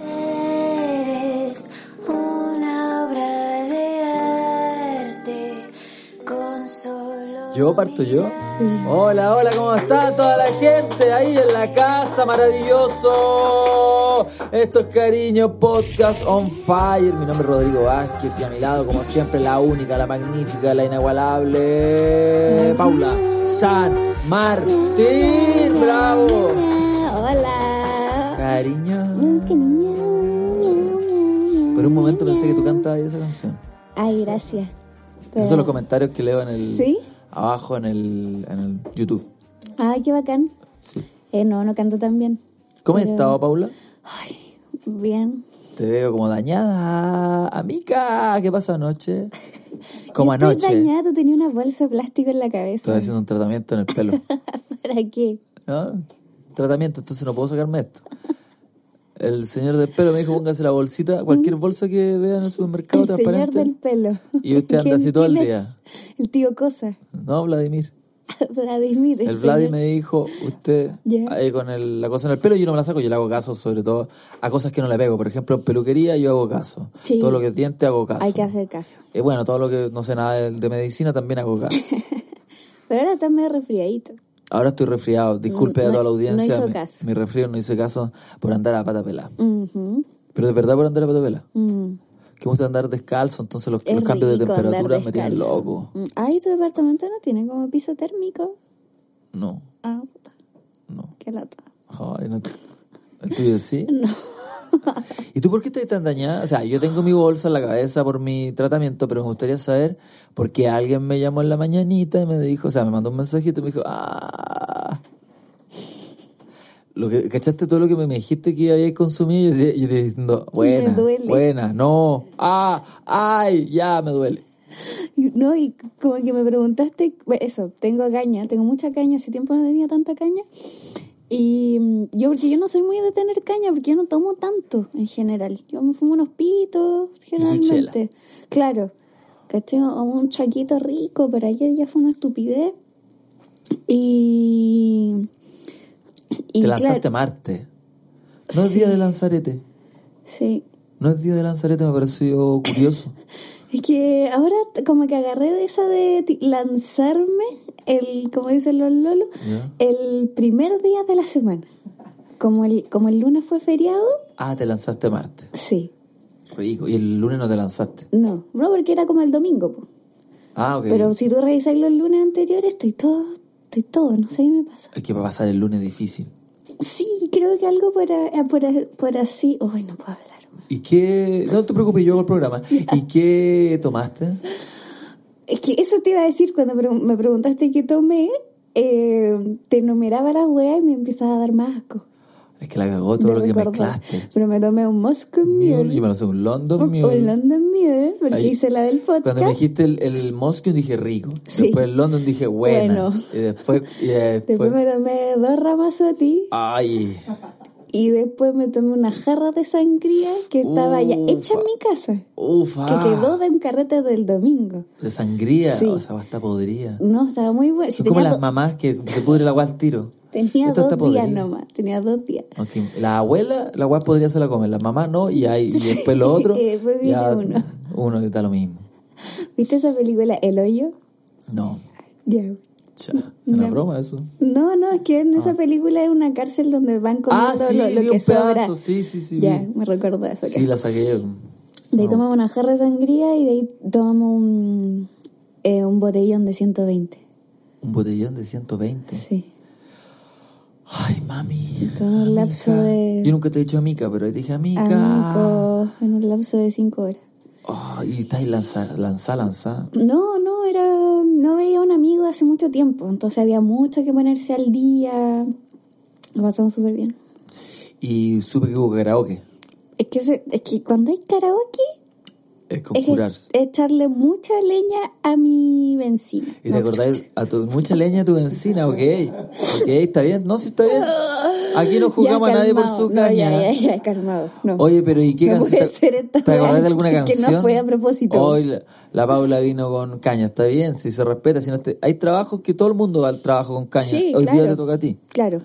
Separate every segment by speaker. Speaker 1: Eres una obra de arte con solo.
Speaker 2: ¿Yo parto yo?
Speaker 3: Sí.
Speaker 2: Hola, hola, ¿cómo está toda la gente ahí en la casa? Maravilloso. Esto es Cariño Podcast on Fire. Mi nombre es Rodrigo Vázquez y a mi lado, como siempre, la única, la magnífica, la inigualable Paula San Martín. Bravo.
Speaker 3: Hola.
Speaker 2: Cariño.
Speaker 3: Ay, qué niña. Miau, miau,
Speaker 2: Por un momento
Speaker 3: miau.
Speaker 2: pensé que tú cantabas esa canción.
Speaker 3: Ay, gracias.
Speaker 2: Esos son los comentarios que leo en el
Speaker 3: ¿Sí?
Speaker 2: abajo en el, en el YouTube.
Speaker 3: Ay, qué bacán.
Speaker 2: Sí.
Speaker 3: Eh, no, no canto tan bien.
Speaker 2: ¿Cómo has
Speaker 3: Pero-
Speaker 2: estado, Paula?
Speaker 3: Ay, bien.
Speaker 2: Te veo como dañada, amiga. ¿Qué pasó anoche? Como
Speaker 3: Yo estoy
Speaker 2: anoche.
Speaker 3: dañado, tenía una bolsa de plástico en la
Speaker 2: Estoy
Speaker 3: cabeza.
Speaker 2: haciendo un tratamiento en el pelo.
Speaker 3: ¿Para qué?
Speaker 2: ¿No? Tratamiento, entonces no puedo sacarme esto. El señor del pelo me dijo póngase la bolsita, cualquier bolsa que vea en el supermercado
Speaker 3: Mm. El señor
Speaker 2: transparente.
Speaker 3: del pelo.
Speaker 2: Y usted anda
Speaker 3: ¿Quién-
Speaker 2: así todo el
Speaker 3: quién
Speaker 2: día.
Speaker 3: es? El tío Cosa.
Speaker 2: No, Vladimir.
Speaker 3: Vladimir.
Speaker 2: El
Speaker 3: señor-
Speaker 2: Vladi me dijo, usted
Speaker 3: Ya.
Speaker 2: ahí con el- la cosa en el pelo, yo no me la saco, yo le hago caso sobre todo a cosas que no le pego. Por ejemplo, peluquería yo hago caso.
Speaker 3: Sí.
Speaker 2: Todo lo que es diente hago caso.
Speaker 3: Hay que hacer caso.
Speaker 2: Y bueno, todo lo que no sé nada de, de medicina también hago caso.
Speaker 3: Pero ahora está medio resfriadito.
Speaker 2: Ahora estoy resfriado, disculpe
Speaker 3: No-
Speaker 2: a toda la
Speaker 3: no
Speaker 2: audiencia.
Speaker 3: hizo
Speaker 2: mi-
Speaker 3: caso.
Speaker 2: Mi, resfrío no hice caso por andar a pata pelada.
Speaker 3: Ujú,
Speaker 2: Pero de verdad por andar a pata pelada.
Speaker 3: mm.
Speaker 2: Que me gusta andar descalzo, entonces los,
Speaker 3: Es
Speaker 2: los cambios de
Speaker 3: rico andar
Speaker 2: temperatura me tienen
Speaker 3: descalzo.
Speaker 2: loco.
Speaker 3: Mm, Ay, tu departamento no tiene como piso térmico.
Speaker 2: No,
Speaker 3: Ah, puta,
Speaker 2: no.
Speaker 3: qué lata.
Speaker 2: Ay, no. ¿El tuyo sí?
Speaker 3: No.
Speaker 2: ¿Y tú por qué estás tan dañada? O sea, yo tengo mi bolsa en la cabeza por mi tratamiento, pero me gustaría saber por qué alguien me llamó en la mañanita y me dijo, o sea, me mandó un mensajito y me dijo, ¡ah! Lo que, ¿Cachaste todo lo que me, me dijiste que habías consumido? Y yo, te- yo te diciendo, buena,
Speaker 3: duele.
Speaker 2: buena, no, ah, ay, ya me duele.
Speaker 3: Y- No, y como que me preguntaste, bueno, eso, tengo caña, tengo mucha caña, hace tiempo no tenía tanta caña. Y mm, yo, porque yo no soy muy de tener caña, porque yo no tomo tanto en general. Yo me fumo unos pitos, generalmente. Claro, ¿cachai? O un chaquito rico, pero ayer ya fue una estupidez. Y. y
Speaker 2: te lanzaste
Speaker 3: claro,
Speaker 2: a Marte. No es día de Lanzarete.
Speaker 3: Sí.
Speaker 2: No es día de Lanzarete, me pareció curioso.
Speaker 3: Es que ahora t- como que agarré de esa de ti- lanzarme el, como dicen los lolos,
Speaker 2: Ya.
Speaker 3: el primer día de la semana. Como el, como el lunes fue feriado,
Speaker 2: Ah, te lanzaste a Marte.
Speaker 3: sí.
Speaker 2: Rico. Y el lunes no te lanzaste.
Speaker 3: No, no porque era como el domingo. po.
Speaker 2: Ah, ok.
Speaker 3: Pero si tú revisas los lunes anteriores, estoy todo, estoy todo, no sé qué me pasa.
Speaker 2: Es que va a pasar el lunes difícil.
Speaker 3: Sí, creo que algo por, a- por, a- por así... Uy, no puedo hablar.
Speaker 2: ¿Y qué? No te preocupes, yo hago el programa. ¿Y qué tomaste?
Speaker 3: Es que eso te iba a decir cuando pregun- me preguntaste qué tomé, eh, te enumeraba la wea y me empezaba a dar más asco.
Speaker 2: Es que la cagó todo
Speaker 3: de
Speaker 2: lo que
Speaker 3: recordar.
Speaker 2: mezclaste.
Speaker 3: Pero me tomé un Moscow Mule.
Speaker 2: Yo me lo sé, un
Speaker 3: o-
Speaker 2: London
Speaker 3: O
Speaker 2: Mule.
Speaker 3: Oh, el London Mule, porque
Speaker 2: Ahí.
Speaker 3: hice la del podcast.
Speaker 2: Cuando me dijiste el, el Moscow dije rico.
Speaker 3: Sí.
Speaker 2: Después el London dije bueno.
Speaker 3: Bueno.
Speaker 2: Y después... Y después,
Speaker 3: Después me tomé dos ramazotti
Speaker 2: Ay.
Speaker 3: y después me tomé una jarra de sangría que estaba ya hecha
Speaker 2: Ufa.
Speaker 3: en
Speaker 2: Ah.
Speaker 3: mi casa.
Speaker 2: Ufa.
Speaker 3: Que quedó de un carrete del domingo.
Speaker 2: De sangría.
Speaker 3: Sí.
Speaker 2: O sea, hasta podría.
Speaker 3: No, estaba muy bueno. Si
Speaker 2: Son como
Speaker 3: tenía
Speaker 2: las
Speaker 3: do-
Speaker 2: mamás que se pudre la agua al tiro.
Speaker 3: tenía
Speaker 2: Esto
Speaker 3: dos
Speaker 2: está
Speaker 3: días
Speaker 2: podrido.
Speaker 3: nomás, tenía dos días.
Speaker 2: Ok, La abuela, la abuela podría se la comer, la mamá no, y, ahí, y después lo otro.
Speaker 3: Y después viene
Speaker 2: ya
Speaker 3: uno.
Speaker 2: Uno que está lo mismo.
Speaker 3: ¿Viste esa película El Hoyo?
Speaker 2: No,
Speaker 3: Ya.
Speaker 2: cha, una broma eso.
Speaker 3: No, no, es que en esa película es una cárcel donde van
Speaker 2: Ah,
Speaker 3: comiendo
Speaker 2: sí,
Speaker 3: lo, lo
Speaker 2: vi
Speaker 3: que
Speaker 2: un
Speaker 3: sobra.
Speaker 2: pedazo, sí, sí, sí.
Speaker 3: Ya,
Speaker 2: vi.
Speaker 3: me recuerdo eso. que-
Speaker 2: Sí, la saqué.
Speaker 3: De ahí tomamos una jarra de sangría y de ahí tomamos un, eh, un botellón de 120.
Speaker 2: Un botellón de 120.
Speaker 3: Sí.
Speaker 2: Ay, mami.
Speaker 3: Todo en un
Speaker 2: amiga.
Speaker 3: lapso de-
Speaker 2: Yo nunca te he dicho amiga, pero ahí te dije amiga.
Speaker 3: Amigo, en un lapso de 5 horas.
Speaker 2: Ay, y estáis lanza, lanza, lanza.
Speaker 3: No, no, era. No veía a un amigo hace mucho tiempo. Entonces había mucho que ponerse al día. Lo pasamos súper bien.
Speaker 2: Y supe que hubo karaoke.
Speaker 3: Es que, se- es que cuando hay karaoke,
Speaker 2: Es
Speaker 3: es
Speaker 2: conjurarse.
Speaker 3: e- echarle mucha leña a mi benzina.
Speaker 2: Y te acordáis a tu mucha leña a tu benzina, ok. Ok, está bien. No, sí está bien. Aquí no jugamos
Speaker 3: Ah, Ya,
Speaker 2: a nadie por su
Speaker 3: calmado. No,
Speaker 2: caña. ¿eh?
Speaker 3: ya, ya, ya, calmado. No.
Speaker 2: Oye, pero ¿y qué
Speaker 3: No
Speaker 2: canción?
Speaker 3: puede
Speaker 2: ¿Te-
Speaker 3: ser esta
Speaker 2: ¿Te acordás
Speaker 3: weá,
Speaker 2: de alguna
Speaker 3: que no
Speaker 2: canción?
Speaker 3: fue a propósito.
Speaker 2: Hoy la, la Paula vino con caña, está bien, si se respeta. Si no te- hay trabajos que todo el mundo va al trabajo con caña.
Speaker 3: Sí,
Speaker 2: Hoy
Speaker 3: claro.
Speaker 2: día te toca a ti.
Speaker 3: Claro.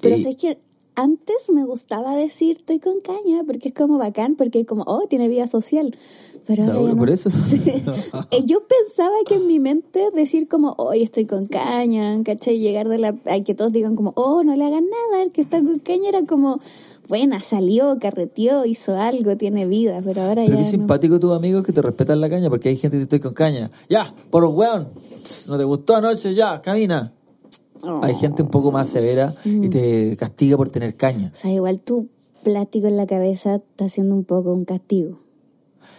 Speaker 3: Pero
Speaker 2: Y-
Speaker 3: sabes que antes me gustaba decir estoy con caña porque es como bacán, porque como, oh, tiene vida social. Pero ahora
Speaker 2: Claro,
Speaker 3: ya no.
Speaker 2: por eso.
Speaker 3: Sí. Eh, Yo pensaba que en mi mente decir como, hoy estoy con caña, ¿cachai? Llegar de la, a que todos digan como, oh, no le hagan nada, el que está con caña era como, buena, salió, carreteó, hizo algo, tiene vida, pero ahora
Speaker 2: Pero
Speaker 3: ya
Speaker 2: qué
Speaker 3: no.
Speaker 2: simpático tus amigos que te respetan la caña, porque hay gente que dice, estoy con caña. Ya, por weón, Tss, no te gustó anoche, ya, camina.
Speaker 3: Oh. Mm.
Speaker 2: Hay gente un poco más severa y te castiga por tener caña.
Speaker 3: O sea, igual tu plático en la cabeza está siendo un poco un castigo.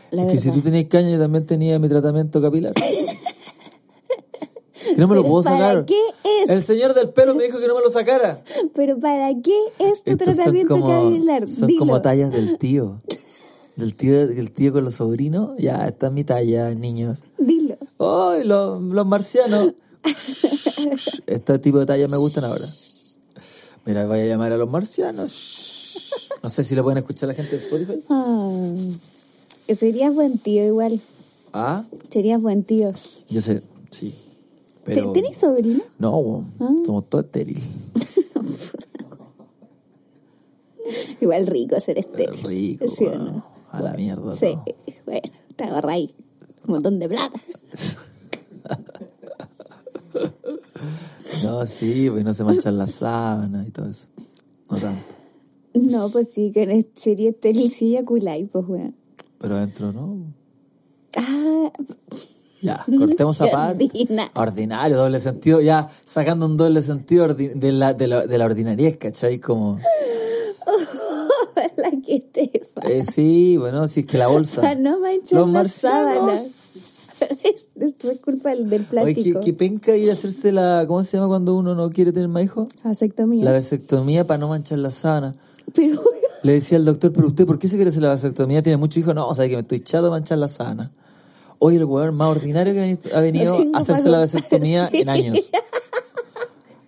Speaker 3: La
Speaker 2: es que si
Speaker 3: verdad.
Speaker 2: tú tenías caña, yo también tenía mi tratamiento capilar. Que no me lo
Speaker 3: ¿Pero
Speaker 2: puedo
Speaker 3: para
Speaker 2: sacar.
Speaker 3: qué es?
Speaker 2: El señor del pelo me dijo que no me lo sacara.
Speaker 3: Pero ¿para qué es tu
Speaker 2: Estos
Speaker 3: Este tratamiento capilar?
Speaker 2: Son
Speaker 3: Dilo.
Speaker 2: como tallas del tío. Del tío, del tío con los sobrinos. Ya, esta es mi talla, niños.
Speaker 3: Dilo.
Speaker 2: ¡Ay, los, los marcianos! este tipo de tallas me gustan ahora. Mira, voy a llamar a los marcianos. No sé si lo pueden escuchar la gente de Spotify.
Speaker 3: Ah, que serías buen tío igual.
Speaker 2: Ah,
Speaker 3: Serías buen tío.
Speaker 2: yo sé, sí.
Speaker 3: ¿Te- Ah.
Speaker 2: Pero...
Speaker 3: ¿Tenés sobrino?
Speaker 2: No, weón. somos todos estériles.
Speaker 3: Igual rico ser este.
Speaker 2: Rico,
Speaker 3: ¿Sí o
Speaker 2: weón.
Speaker 3: no?
Speaker 2: A la mierda.
Speaker 3: Sí,
Speaker 2: todo.
Speaker 3: bueno, te ahorráis un montón de plata.
Speaker 2: No, sí, pues no se manchan las sábanas y todo eso. No tanto.
Speaker 3: No, pues sí, que en- sería este estéril si eyaculáis, pues weón.
Speaker 2: Pero adentro no.
Speaker 3: Ah,
Speaker 2: Ya, cortemos
Speaker 3: Qué
Speaker 2: aparte.
Speaker 3: ordinario.
Speaker 2: Ordinario, doble sentido. Ya, sacando un doble sentido ordi- de la, de la, de la ordinariez, ¿cachai? Como,
Speaker 3: la que te pasa.
Speaker 2: eh, sí, bueno, si es que la bolsa.
Speaker 3: Para no manchar
Speaker 2: Los
Speaker 3: las
Speaker 2: marcianos.
Speaker 3: sábanas. Es, es tu culpa del, del
Speaker 2: Oye,
Speaker 3: plástico.
Speaker 2: que, que penca ir a hacerse la, ¿cómo se llama cuando uno no quiere tener más hijos?
Speaker 3: Vasectomía.
Speaker 2: La vasectomía para no manchar la sábana.
Speaker 3: Pero weón,
Speaker 2: Le decía al doctor, pero usted, ¿por qué se quiere hacer la vasectomía? ¿Tiene mucho hijo? No, o sea, que me estoy chato de manchar la sábana. Hoy el jugador más ordinario que ha veni- ha venido
Speaker 3: tengo
Speaker 2: a hacerse
Speaker 3: para
Speaker 2: la vasectomía
Speaker 3: comprar,
Speaker 2: en años.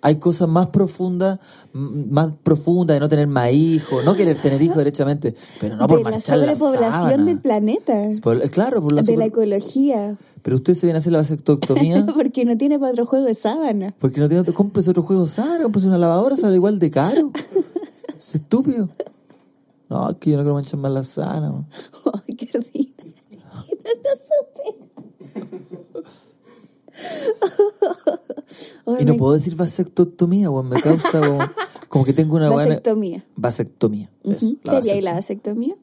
Speaker 2: Hay cosas más profundas, m- más profundas de no tener más hijos, no querer tener hijos derechamente, pero no por
Speaker 3: de la
Speaker 2: manchar la
Speaker 3: sobrepoblación
Speaker 2: sábana.
Speaker 3: del planeta.
Speaker 2: Por- eh, claro, por la
Speaker 3: de la
Speaker 2: super-
Speaker 3: ecología.
Speaker 2: Pero usted se viene a hacer la vasectomía
Speaker 3: Porque no tiene para otro juego de sábana.
Speaker 2: porque no tiene otro... Compres otro juego Sara, compres una lavadora, sale igual de caro. Es estúpido. No, es que yo no quiero manchar más la sábana. man.
Speaker 3: Ay, qué rica. No lo supe. Ay,
Speaker 2: Y no
Speaker 3: me-
Speaker 2: puedo decir vasectomía, weón. Me causa como, como que tengo una buena...
Speaker 3: Vasectomía.
Speaker 2: Vasectomía. Eso,
Speaker 3: Ujú.
Speaker 2: la
Speaker 3: ¿Te haría
Speaker 2: vasect-
Speaker 3: la vasectomía?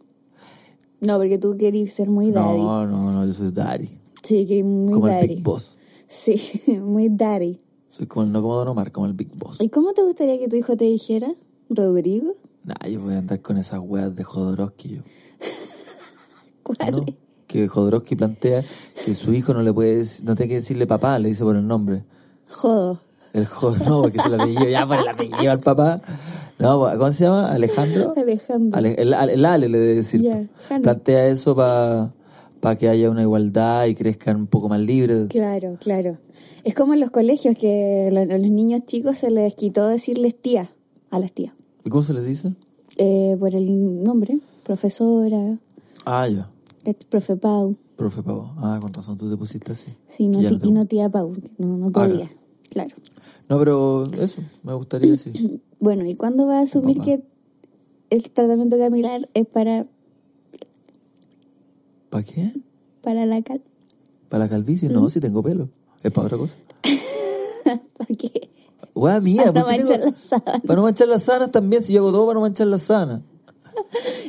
Speaker 3: No, porque tú querís ser muy daddy.
Speaker 2: No, no, no, yo soy daddy.
Speaker 3: Sí, querís muy
Speaker 2: como el
Speaker 3: daddy.
Speaker 2: Big Boss.
Speaker 3: Sí, muy daddy.
Speaker 2: Soy como el no como Don Omar, como el Big Boss.
Speaker 3: ¿Y cómo te gustaría que tu hijo te dijera, Rodrigo?
Speaker 2: Nah, yo voy a andar con esas weas de Jodorowsky yo.
Speaker 3: ¿Cuál?
Speaker 2: ¿no? Que Jodorowsky plantea que su hijo no le puede... dec- No tiene que decirle papá, le dice por el nombre.
Speaker 3: Jodo.
Speaker 2: El joder, no, porque se lo apellido, ya por el apellido al papá. No, ¿cómo se llama? Alejandro.
Speaker 3: Alejandro.
Speaker 2: Ale- el, el Ale le debe decir.
Speaker 3: Ya, Jano.
Speaker 2: Plantea eso para que haya una igualdad y crezcan un poco más libres.
Speaker 3: Claro, claro. Es como en los colegios que lo- a los niños chicos se les quitó decirles tía a las tías.
Speaker 2: ¿Y cómo se les dice?
Speaker 3: Eh, por el nombre, profesora,
Speaker 2: Ah, ya.
Speaker 3: et- profe Pau,
Speaker 2: Profe Pavo. Ah, con razón, tú te pusiste así.
Speaker 3: sí, no,
Speaker 2: Que ya
Speaker 3: ti-
Speaker 2: no te
Speaker 3: y no
Speaker 2: gusta.
Speaker 3: tía Pau, que no, no
Speaker 2: Ah,
Speaker 3: podía. Claro.
Speaker 2: No, pero eso, me gustaría decir.
Speaker 3: Bueno, ¿y cuándo va a asumir
Speaker 2: papá.
Speaker 3: que el tratamiento capilar es para,
Speaker 2: ¿Para qué?
Speaker 3: para la cal?
Speaker 2: ¿Para la calvicie?
Speaker 3: Mm.
Speaker 2: No, si tengo pelo. Es para otra cosa.
Speaker 3: ¿Para qué?
Speaker 2: Wea mía.
Speaker 3: Para no
Speaker 2: ¿por qué pues
Speaker 3: manchar
Speaker 2: tengo-
Speaker 3: las sábanas.
Speaker 2: Para no manchar las sanas también, si yo hago todo para no manchar las sanas.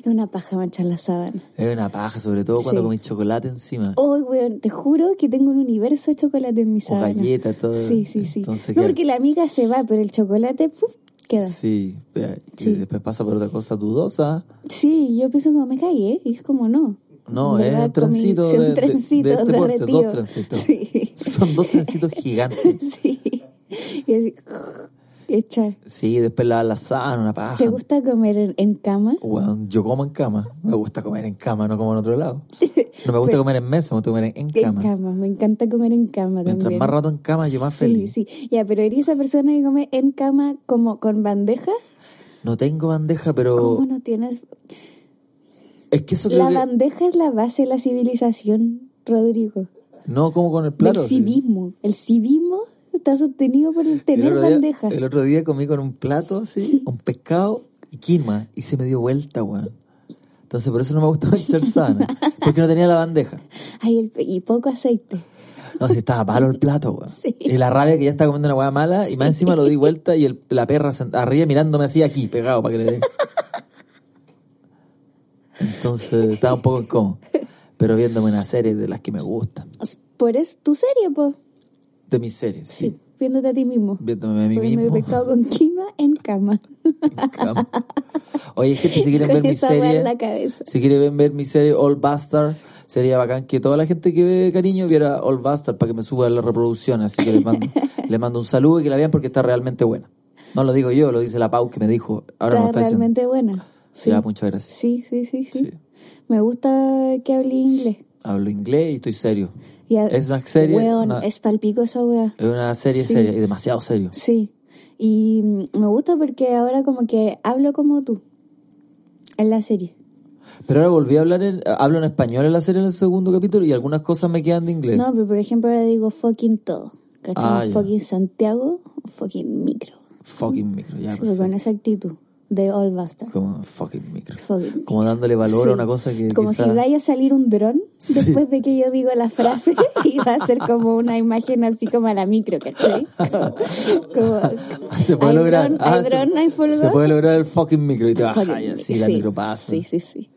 Speaker 3: Es una paja manchar la sábana.
Speaker 2: Es una paja, sobre todo cuando
Speaker 3: Sí.
Speaker 2: comís chocolate encima.
Speaker 3: Hoy, Oh, weón, te juro que tengo un universo de chocolate en mi
Speaker 2: O
Speaker 3: sábana.
Speaker 2: galleta, todo.
Speaker 3: Sí, sí, sí.
Speaker 2: Entonces
Speaker 3: no,
Speaker 2: queda-
Speaker 3: porque la amiga se va, pero el chocolate puf, queda. Sí.
Speaker 2: Sí, vea, y
Speaker 3: Sí.
Speaker 2: después pasa por otra cosa dudosa.
Speaker 3: yo pienso como me caí, ¿eh?" y es como no.
Speaker 2: No,
Speaker 3: ¿Verdad?
Speaker 2: es un
Speaker 3: Comí-
Speaker 2: trencito
Speaker 3: sí, un
Speaker 2: de- de-
Speaker 3: trencito
Speaker 2: de este porte, dos
Speaker 3: derretido.
Speaker 2: trencitos.
Speaker 3: Sí,
Speaker 2: Son dos trencitos gigantes.
Speaker 3: sí. Y así, echar.
Speaker 2: Sí, después la, la sábana, una paja.
Speaker 3: ¿Te gusta comer en, en cama?
Speaker 2: Weón, yo como en cama. Me gusta comer en cama, no como en otro lado. No me gusta comer en mesa, me gusta comer en, en
Speaker 3: En
Speaker 2: cama.
Speaker 3: cama, me encanta comer en cama
Speaker 2: Mientras
Speaker 3: también.
Speaker 2: más rato en cama, yo más
Speaker 3: sí,
Speaker 2: feliz.
Speaker 3: Sí, Ya, pero eres esa persona que come en cama como con bandeja.
Speaker 2: No tengo bandeja, pero.
Speaker 3: ¿Cómo no tienes?
Speaker 2: Es que eso creo
Speaker 3: La
Speaker 2: que-
Speaker 3: bandeja es la base de la civilización, Rodrigo.
Speaker 2: No como con el plato.
Speaker 3: el
Speaker 2: sí.
Speaker 3: civismo. El civismo está sostenido por el tener
Speaker 2: el otro día-
Speaker 3: bandeja.
Speaker 2: el otro día comí con un plato así, un pescado y quinoa, y se me dio vuelta, weón. Entonces por eso no me gustó echar sana, porque no tenía la bandeja.
Speaker 3: Ay, el pe- y poco aceite.
Speaker 2: No, si estaba malo el plato, weón.
Speaker 3: Sí.
Speaker 2: Y la rabia que ya estaba comiendo una weá mala, y más encima lo di vuelta y el- la perra sent- arriba mirándome así aquí, pegado para que le dé. Entonces estaba un poco incómodo, pero viéndome una serie de las que me gustan,
Speaker 3: Por eso, tu serie, po.
Speaker 2: de mis series,
Speaker 3: Sí,
Speaker 2: sí.
Speaker 3: viéndote a ti mismo.
Speaker 2: Viéndome a mí
Speaker 3: Comiendo
Speaker 2: mismo.
Speaker 3: pescado con quinoa en cama.
Speaker 2: Cam. Oye, gente, si quieren
Speaker 3: Con
Speaker 2: ver mi
Speaker 3: esa weá
Speaker 2: serie,
Speaker 3: en la cabeza.
Speaker 2: si quieren ver mi serie All Bastard, sería bacán que toda la gente que ve cariño viera All Bastard para que me suba la reproducción. Así que les mando, les mando un saludo y que la vean porque está realmente buena. No lo digo yo, lo dice la Pau que me dijo. Ahora no
Speaker 3: está
Speaker 2: me está diciendo.
Speaker 3: realmente buena.
Speaker 2: Sí, ah, muchas gracias.
Speaker 3: Sí, sí, sí, sí.
Speaker 2: Sí.
Speaker 3: Me gusta que hable inglés.
Speaker 2: Hablo inglés y estoy serio.
Speaker 3: Y a-
Speaker 2: Es una serie,
Speaker 3: Weón,
Speaker 2: una-
Speaker 3: es palpico esa wea.
Speaker 2: Es una serie
Speaker 3: Sí.
Speaker 2: seria y demasiado serio.
Speaker 3: Sí. Y mm, me gusta porque ahora como que hablo como tú. En la serie.
Speaker 2: Pero ahora volví a hablar, en- hablo en español en la serie en el segundo capítulo y algunas cosas me quedan de inglés.
Speaker 3: No, pero por ejemplo ahora digo fucking todo.
Speaker 2: Ah,
Speaker 3: ¿Cachai?
Speaker 2: ya.
Speaker 3: fucking Santiago, fucking micro.
Speaker 2: Fucking micro, ya.
Speaker 3: Sí, pues,
Speaker 2: perfecto.
Speaker 3: con esa actitud de All Basta.
Speaker 2: Como fucking micro.
Speaker 3: Fucking
Speaker 2: Como dándole valor
Speaker 3: Sí.
Speaker 2: a una cosa que
Speaker 3: Como
Speaker 2: quizá-
Speaker 3: si vaya a salir un dron
Speaker 2: Sí.
Speaker 3: después de que yo digo la frase y va a ser como una imagen así como a la micro, ¿cachai? Como, como-
Speaker 2: se puede
Speaker 3: hay
Speaker 2: lograr.
Speaker 3: dron,
Speaker 2: Ah,
Speaker 3: hay dron, hay
Speaker 2: se,
Speaker 3: fulgor.
Speaker 2: se puede lograr el fucking micro y te baja
Speaker 3: Fucking
Speaker 2: y así
Speaker 3: micro,
Speaker 2: la
Speaker 3: sí.
Speaker 2: micro pasa.
Speaker 3: Sí, sí, sí.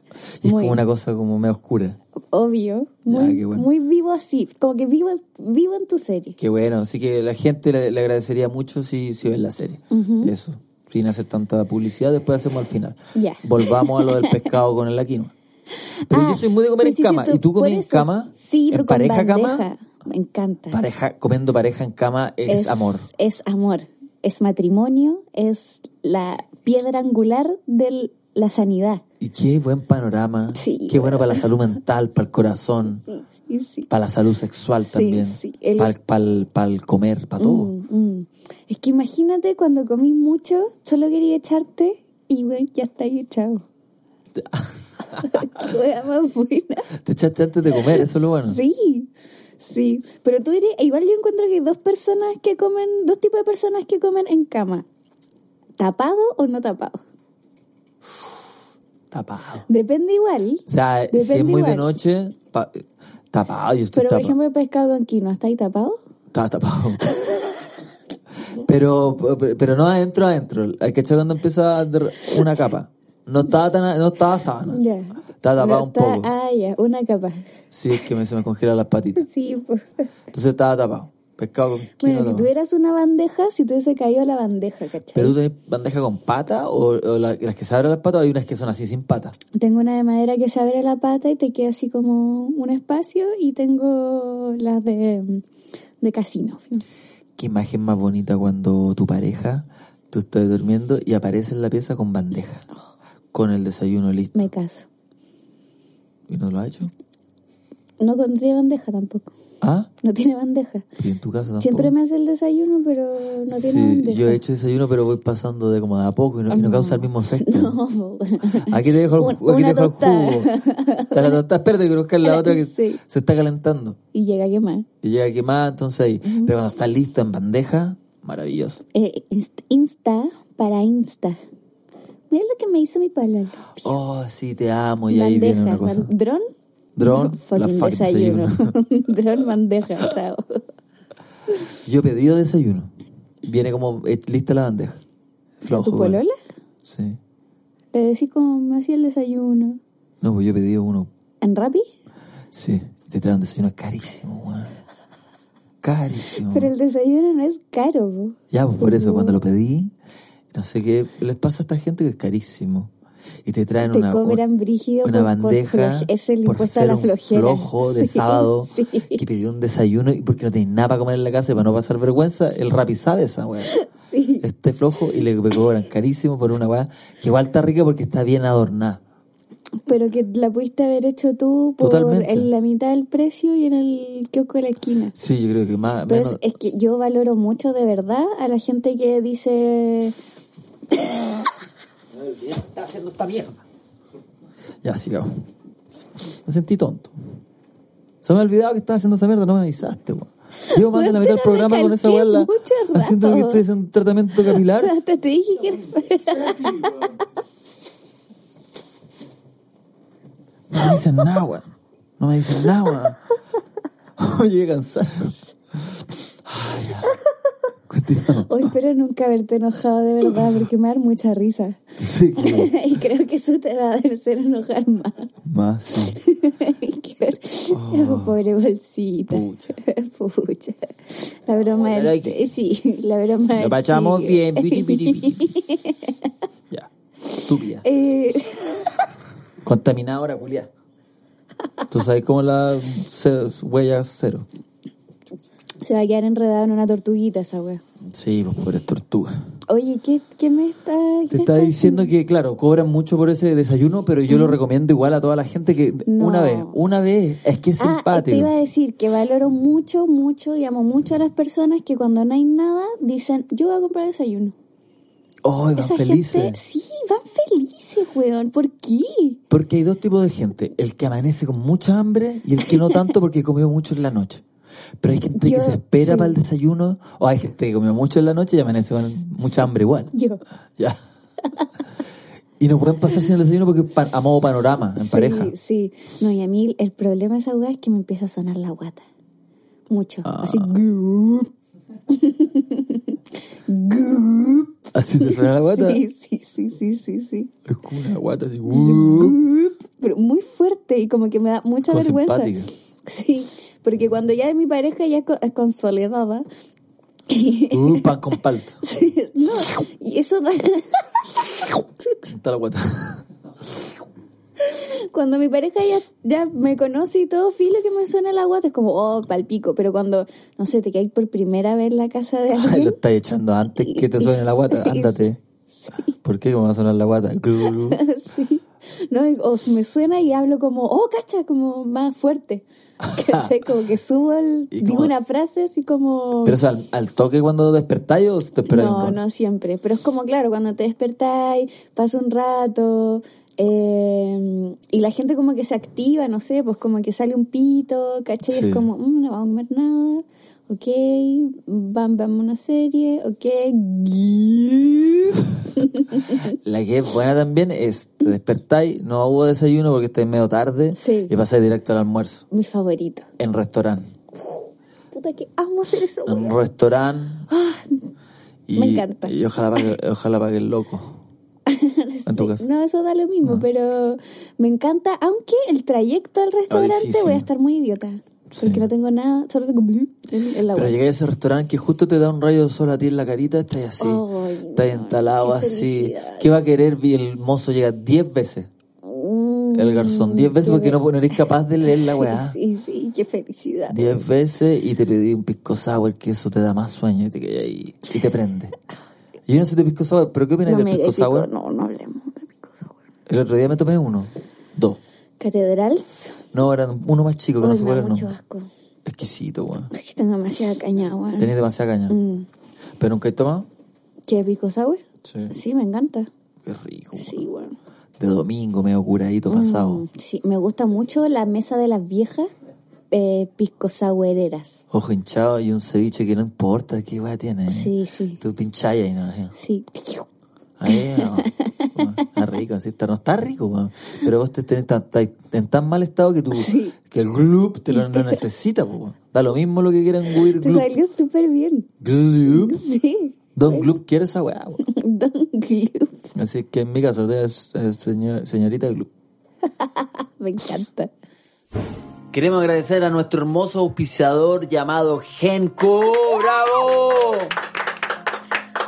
Speaker 2: Y es
Speaker 3: Muy-
Speaker 2: como una cosa como medio oscura.
Speaker 3: Obvio.
Speaker 2: Ya,
Speaker 3: Muy,
Speaker 2: qué bueno.
Speaker 3: muy vivo así. Como que vivo, vivo en tu serie.
Speaker 2: Qué bueno, así que la gente le, le agradecería mucho si, si ven la serie. Eso, sin hacer tanta publicidad, después hacemos al final.
Speaker 3: Ya.
Speaker 2: Volvamos a lo del pescado con el laquino. Pero
Speaker 3: Ah,
Speaker 2: yo soy muy de comer
Speaker 3: pero
Speaker 2: en
Speaker 3: sí,
Speaker 2: cama.
Speaker 3: siento-
Speaker 2: ¿Y tú comías
Speaker 3: por
Speaker 2: en
Speaker 3: eso,
Speaker 2: cama?
Speaker 3: Sí, pero
Speaker 2: ¿En pareja
Speaker 3: con bandeja.
Speaker 2: cama?
Speaker 3: Me encanta.
Speaker 2: Pareja, comiendo pareja en cama es, amor.
Speaker 3: Es amor. Es matrimonio. Es la piedra angular de la sanidad.
Speaker 2: Y qué buen panorama.
Speaker 3: Sí,
Speaker 2: qué bueno
Speaker 3: bueno.
Speaker 2: para la salud mental, para el corazón.
Speaker 3: Sí, sí, sí.
Speaker 2: Para la salud sexual
Speaker 3: Sí,
Speaker 2: también.
Speaker 3: sí, el-
Speaker 2: Para el, comer, para todo.
Speaker 3: Mm, mm. Es que imagínate cuando comís mucho, solo quería echarte y bueno, ya está ahí echado. Qué wea más buena.
Speaker 2: Te echaste antes de comer, eso es lo bueno.
Speaker 3: Sí, sí. Pero tú eres, e igual yo encuentro que hay dos personas que comen, dos tipos de personas que comen en cama. ¿Tapado o no tapado?
Speaker 2: Tapado.
Speaker 3: Depende igual.
Speaker 2: O sea, si
Speaker 3: Depende
Speaker 2: es muy de
Speaker 3: igual.
Speaker 2: noche, pa- tapado, yo estoy
Speaker 3: Pero por
Speaker 2: tapado.
Speaker 3: ejemplo el pescado con quinoa, ¿está ahí tapado?
Speaker 2: Estaba tapado. pero, pero no adentro, adentro. Hay que echar cuando empieza a der- una capa. No estaba tan, no estaba sábana.
Speaker 3: Ya.
Speaker 2: Estaba tapado
Speaker 3: No,
Speaker 2: un
Speaker 3: está-
Speaker 2: poco.
Speaker 3: Ah, ya, una capa.
Speaker 2: Sí, es que me, se me congelan las patitas.
Speaker 3: Sí, pues.
Speaker 2: Entonces estaba tapado. Pescado con quinoa
Speaker 3: Bueno, si
Speaker 2: tapado.
Speaker 3: tuvieras una bandeja, si te hubiese caído la bandeja, ¿cachai?
Speaker 2: ¿Pero tú tenés bandeja con pata o, o la- las que se abren las patas o hay unas que son así sin pata?
Speaker 3: Tengo una de madera que se abre la pata y te queda así como un espacio y tengo las de, de casino.
Speaker 2: Qué imagen más bonita cuando tu pareja, tú estás durmiendo y aparece en la pieza con bandeja, con el desayuno listo.
Speaker 3: Me caso.
Speaker 2: ¿Y no lo ha hecho?
Speaker 3: No con- tiene bandeja tampoco.
Speaker 2: ¿Ah?
Speaker 3: No tiene bandeja.
Speaker 2: ¿Y en tu casa tampoco?
Speaker 3: Siempre me hace el desayuno, pero no tiene
Speaker 2: sí,
Speaker 3: bandeja.
Speaker 2: yo he hecho desayuno, pero voy pasando de como de a poco y no, y no causa el mismo efecto.
Speaker 3: No.
Speaker 2: Aquí te dejo el,
Speaker 3: Un-
Speaker 2: ju- aquí te
Speaker 3: una
Speaker 2: dejo el
Speaker 3: tostada.
Speaker 2: jugo. Está la tostada, espérate, que buscar la otra que
Speaker 3: Sí.
Speaker 2: se está calentando.
Speaker 3: Y llega a quemar.
Speaker 2: Y llega quemada, entonces ahí. Pero cuando está listo en bandeja, maravilloso.
Speaker 3: Eh, inst- insta para Insta. Mira lo que me hizo mi palabra.
Speaker 2: Oh, sí, te amo. Y ahí viene una cosa.
Speaker 3: ¿Dron?
Speaker 2: Dron, la
Speaker 3: Fucking
Speaker 2: fucking
Speaker 3: desayuno.
Speaker 2: desayuno.
Speaker 3: Dron bandeja, chao.
Speaker 2: Yo he pedido desayuno. Viene como eh, lista la bandeja. Flojo,
Speaker 3: ¿Tu
Speaker 2: bueno.
Speaker 3: polola?
Speaker 2: Sí.
Speaker 3: Le decís como me hacía el desayuno.
Speaker 2: No, pues yo he pedido uno.
Speaker 3: ¿En Rappi?
Speaker 2: Sí. Te traen desayuno carísimo, weón. Carísimo.
Speaker 3: Pero el desayuno no es caro, po.
Speaker 2: Ya, pues por eso, cuando lo pedí, no sé qué les pasa a esta gente que es carísimo. y te traen
Speaker 3: Te
Speaker 2: una,
Speaker 3: cobran brígido
Speaker 2: una
Speaker 3: por- por
Speaker 2: bandeja
Speaker 3: floje- es el
Speaker 2: por
Speaker 3: impuesto a
Speaker 2: ser
Speaker 3: la
Speaker 2: un
Speaker 3: flojera.
Speaker 2: flojo de
Speaker 3: Sí,
Speaker 2: sábado
Speaker 3: sí.
Speaker 2: que pidió un desayuno y porque no tenés nada para comer en la casa y para no pasar vergüenza, el rapi sabe esa weá.
Speaker 3: Sí.
Speaker 2: Este flojo y le cobran carísimo por una weá que igual está rica porque está bien adornada.
Speaker 3: Pero que la pudiste haber hecho tú por
Speaker 2: Totalmente.
Speaker 3: en la mitad del precio y en el kiosco de la esquina.
Speaker 2: Sí, yo creo que más,
Speaker 3: Pero
Speaker 2: menos,
Speaker 3: es, es que yo valoro mucho de verdad a la gente que dice
Speaker 2: está haciendo esta mierda. Ya, sigamos. Me sentí tonto. Se me ha olvidado que estaba haciendo esa mierda, no me avisaste, weón. Llevo más de la mitad
Speaker 3: Weón, te
Speaker 2: del
Speaker 3: la
Speaker 2: programa con esa
Speaker 3: recalqué
Speaker 2: weá en la-
Speaker 3: mucho rato.
Speaker 2: haciendo que estoy haciendo un tratamiento capilar.
Speaker 3: Hasta te dije que era...
Speaker 2: No me dicen nada, weón. No me dicen nada, weón. Oye, cansado. Ay, ya. Continuamos.
Speaker 3: Hoy espero nunca haberte enojado de verdad porque me da mucha risa.
Speaker 2: Sí, que-
Speaker 3: y creo que eso te va a hacer enojar más.
Speaker 2: más, sí.
Speaker 3: Qué- Pobre bolsita.
Speaker 2: Oh. Pucha.
Speaker 3: Pucha. La broma
Speaker 2: Bueno,
Speaker 3: del-
Speaker 2: hay-
Speaker 3: Sí, la broma
Speaker 2: Lo
Speaker 3: del
Speaker 2: pachamos
Speaker 3: tigre.
Speaker 2: bien. piri, piri, piri. Ya. Estúpida.
Speaker 3: Eh,
Speaker 2: Contaminada ahora, culiá. Tú sabes cómo las ce- huellas cero.
Speaker 3: se va a quedar enredado en una tortuguita esa wea.
Speaker 2: Sí, pues pobres tortugas.
Speaker 3: Oye, ¿qué, qué me está...?
Speaker 2: Te
Speaker 3: qué
Speaker 2: está diciendo
Speaker 3: haciendo?
Speaker 2: que, claro, cobran mucho por ese desayuno, pero yo lo recomiendo igual a toda la gente que
Speaker 3: Mm. No.
Speaker 2: una vez, una vez, es que es
Speaker 3: Ah, te
Speaker 2: simpático.
Speaker 3: iba a decir que valoro mucho, mucho y amo mucho a las personas que cuando no hay nada dicen, yo voy a comprar desayuno.
Speaker 2: Ay, van
Speaker 3: Esa
Speaker 2: felices.
Speaker 3: gente, sí, van felices, weón. ¿Por qué?
Speaker 2: Porque hay dos tipos de gente, el que amanece con mucha hambre y el que no tanto porque comió mucho en la noche. Pero hay gente
Speaker 3: Yo-
Speaker 2: que se espera
Speaker 3: sí.
Speaker 2: para el desayuno, o hay gente que comió mucho en la noche y amanece con mucha hambre igual.
Speaker 3: Yo.
Speaker 2: Ya. y no pueden pasar sin el desayuno porque pa- a modo panorama, en
Speaker 3: sí,
Speaker 2: pareja.
Speaker 3: Sí, No, y a mí el problema de esa weá es que me empieza a sonar la guata. Mucho.
Speaker 2: Ah.
Speaker 3: Así. "Gup". Gup.
Speaker 2: Así te suena la guata.
Speaker 3: Sí, sí, sí, sí, sí, sí.
Speaker 2: Es como una guata así. uh,
Speaker 3: Gup. Mm, Pero muy fuerte y como que me da mucha
Speaker 2: Como
Speaker 3: vergüenza.
Speaker 2: simpática.
Speaker 3: Sí, porque cuando ya mi pareja ya es co- es consolidada.
Speaker 2: Uh, pan con palta.
Speaker 3: sí, no, y eso da.
Speaker 2: Está la guata.
Speaker 3: Cuando mi pareja ya, ya me conoce y todo filo que me suena la guata, es como, oh, palpico. Pero cuando, no sé, te caes por primera vez en la casa de
Speaker 2: Ay, lo
Speaker 3: alguien,
Speaker 2: estás echando antes que te suene la guata. Ándate. ¿Por qué? ¿Cómo va a sonar la guata? Glu, glu.
Speaker 3: sí, ¿no? Y- o me suena y hablo como, oh, cacha, como más fuerte. ¿Cachai? Como que subo el,
Speaker 2: Y
Speaker 3: digo
Speaker 2: como-
Speaker 3: una frase así como...
Speaker 2: ¿Pero es al, al toque cuando despertáis o te esperas? un
Speaker 3: no,
Speaker 2: rato?
Speaker 3: no siempre. Pero es como, claro, cuando te despertáis, pasa un rato eh, y la gente como que se activa, no sé, pues como que sale un pito, ¿cachai?
Speaker 2: Sí.
Speaker 3: Es como, "Mm, no vamos a comer nada, ok, van, vamos a una serie, ok.
Speaker 2: La que es buena también es te despertáis, no hubo desayuno porque estáis medio tarde
Speaker 3: Sí.
Speaker 2: y pasáis directo al almuerzo
Speaker 3: Mi favorito.
Speaker 2: en restaurante.
Speaker 3: Puta que amo hacer eso.
Speaker 2: En un restaurante. y,
Speaker 3: Ah, me encanta.
Speaker 2: Y ojalá pague, ojalá pague el loco. En tu
Speaker 3: Sí,
Speaker 2: caso. Ah.
Speaker 3: No, eso da lo mismo, pero me encanta, aunque el trayecto al restaurante
Speaker 2: Oh, difícil.
Speaker 3: voy a estar muy idiota. Porque
Speaker 2: Sí.
Speaker 3: no tengo nada, solo tengo blue en, en la
Speaker 2: Pero
Speaker 3: web.
Speaker 2: llegáis a ese restaurante que justo te da un rayo de sol a ti en la carita, estás así.
Speaker 3: Ay,
Speaker 2: estás
Speaker 3: no,
Speaker 2: entalado
Speaker 3: qué
Speaker 2: así.
Speaker 3: felicidad.
Speaker 2: ¿Qué va a querer? Y el mozo llega 10 veces.
Speaker 3: Mm,
Speaker 2: El garzón, 10 veces
Speaker 3: qué
Speaker 2: porque
Speaker 3: ver-
Speaker 2: no, no eres capaz de leer la
Speaker 3: Mm, Sí,
Speaker 2: weá.
Speaker 3: Sí, sí, qué felicidad.
Speaker 2: 10 veces y te pedí un pisco sour, que eso te da más sueño y te quedas ahí y te prende. Y yo no soy de pisco sour, pero ¿qué opinas
Speaker 3: No
Speaker 2: del
Speaker 3: me
Speaker 2: pisco
Speaker 3: pico,
Speaker 2: sour?
Speaker 3: no, no hablemos de pico sour.
Speaker 2: El otro día me tomé uno, dos.
Speaker 3: Catedrals.
Speaker 2: No, era uno más chico que no
Speaker 3: Uy,
Speaker 2: se
Speaker 3: me
Speaker 2: acuerda
Speaker 3: da
Speaker 2: el
Speaker 3: mucho
Speaker 2: nombre.
Speaker 3: asco.
Speaker 2: Exquisito, weón.
Speaker 3: Es que tengo demasiada caña, weón.
Speaker 2: Tenés demasiada caña.
Speaker 3: Mm.
Speaker 2: ¿Pero nunca he tomado?
Speaker 3: ¿Qué pico sour?
Speaker 2: Sí.
Speaker 3: Sí, me encanta.
Speaker 2: Qué rico. weón.
Speaker 3: Sí, weón.
Speaker 2: De domingo, medio curadito pasado.
Speaker 3: Mm, Sí, me gusta mucho la mesa de las viejas eh, pisco soureras.
Speaker 2: Ojo hinchado y un ceviche que no importa qué weá tiene. ¿eh?
Speaker 3: Sí, sí.
Speaker 2: Tú pincháis ahí, ¿no? Así.
Speaker 3: Sí.
Speaker 2: Ahí, no. Bueno, Está rico, así está, no está rico, weón. Pero vos te tenés tan, tan- en tan mal estado que tú,
Speaker 3: Sí.
Speaker 2: que el gloop te lo no necesita, po, weón. Da lo mismo lo que quieran huir
Speaker 3: Te
Speaker 2: gloop.
Speaker 3: salió súper bien.
Speaker 2: Gloop.
Speaker 3: Sí.
Speaker 2: Don gloop quiere esa weá, weón.
Speaker 3: Don Gloop.
Speaker 2: Así que en mi caso, es, es señor- señorita gloop.
Speaker 3: Me encanta.
Speaker 2: Queremos agradecer a nuestro hermoso auspiciador llamado Genco. ¡Bravo!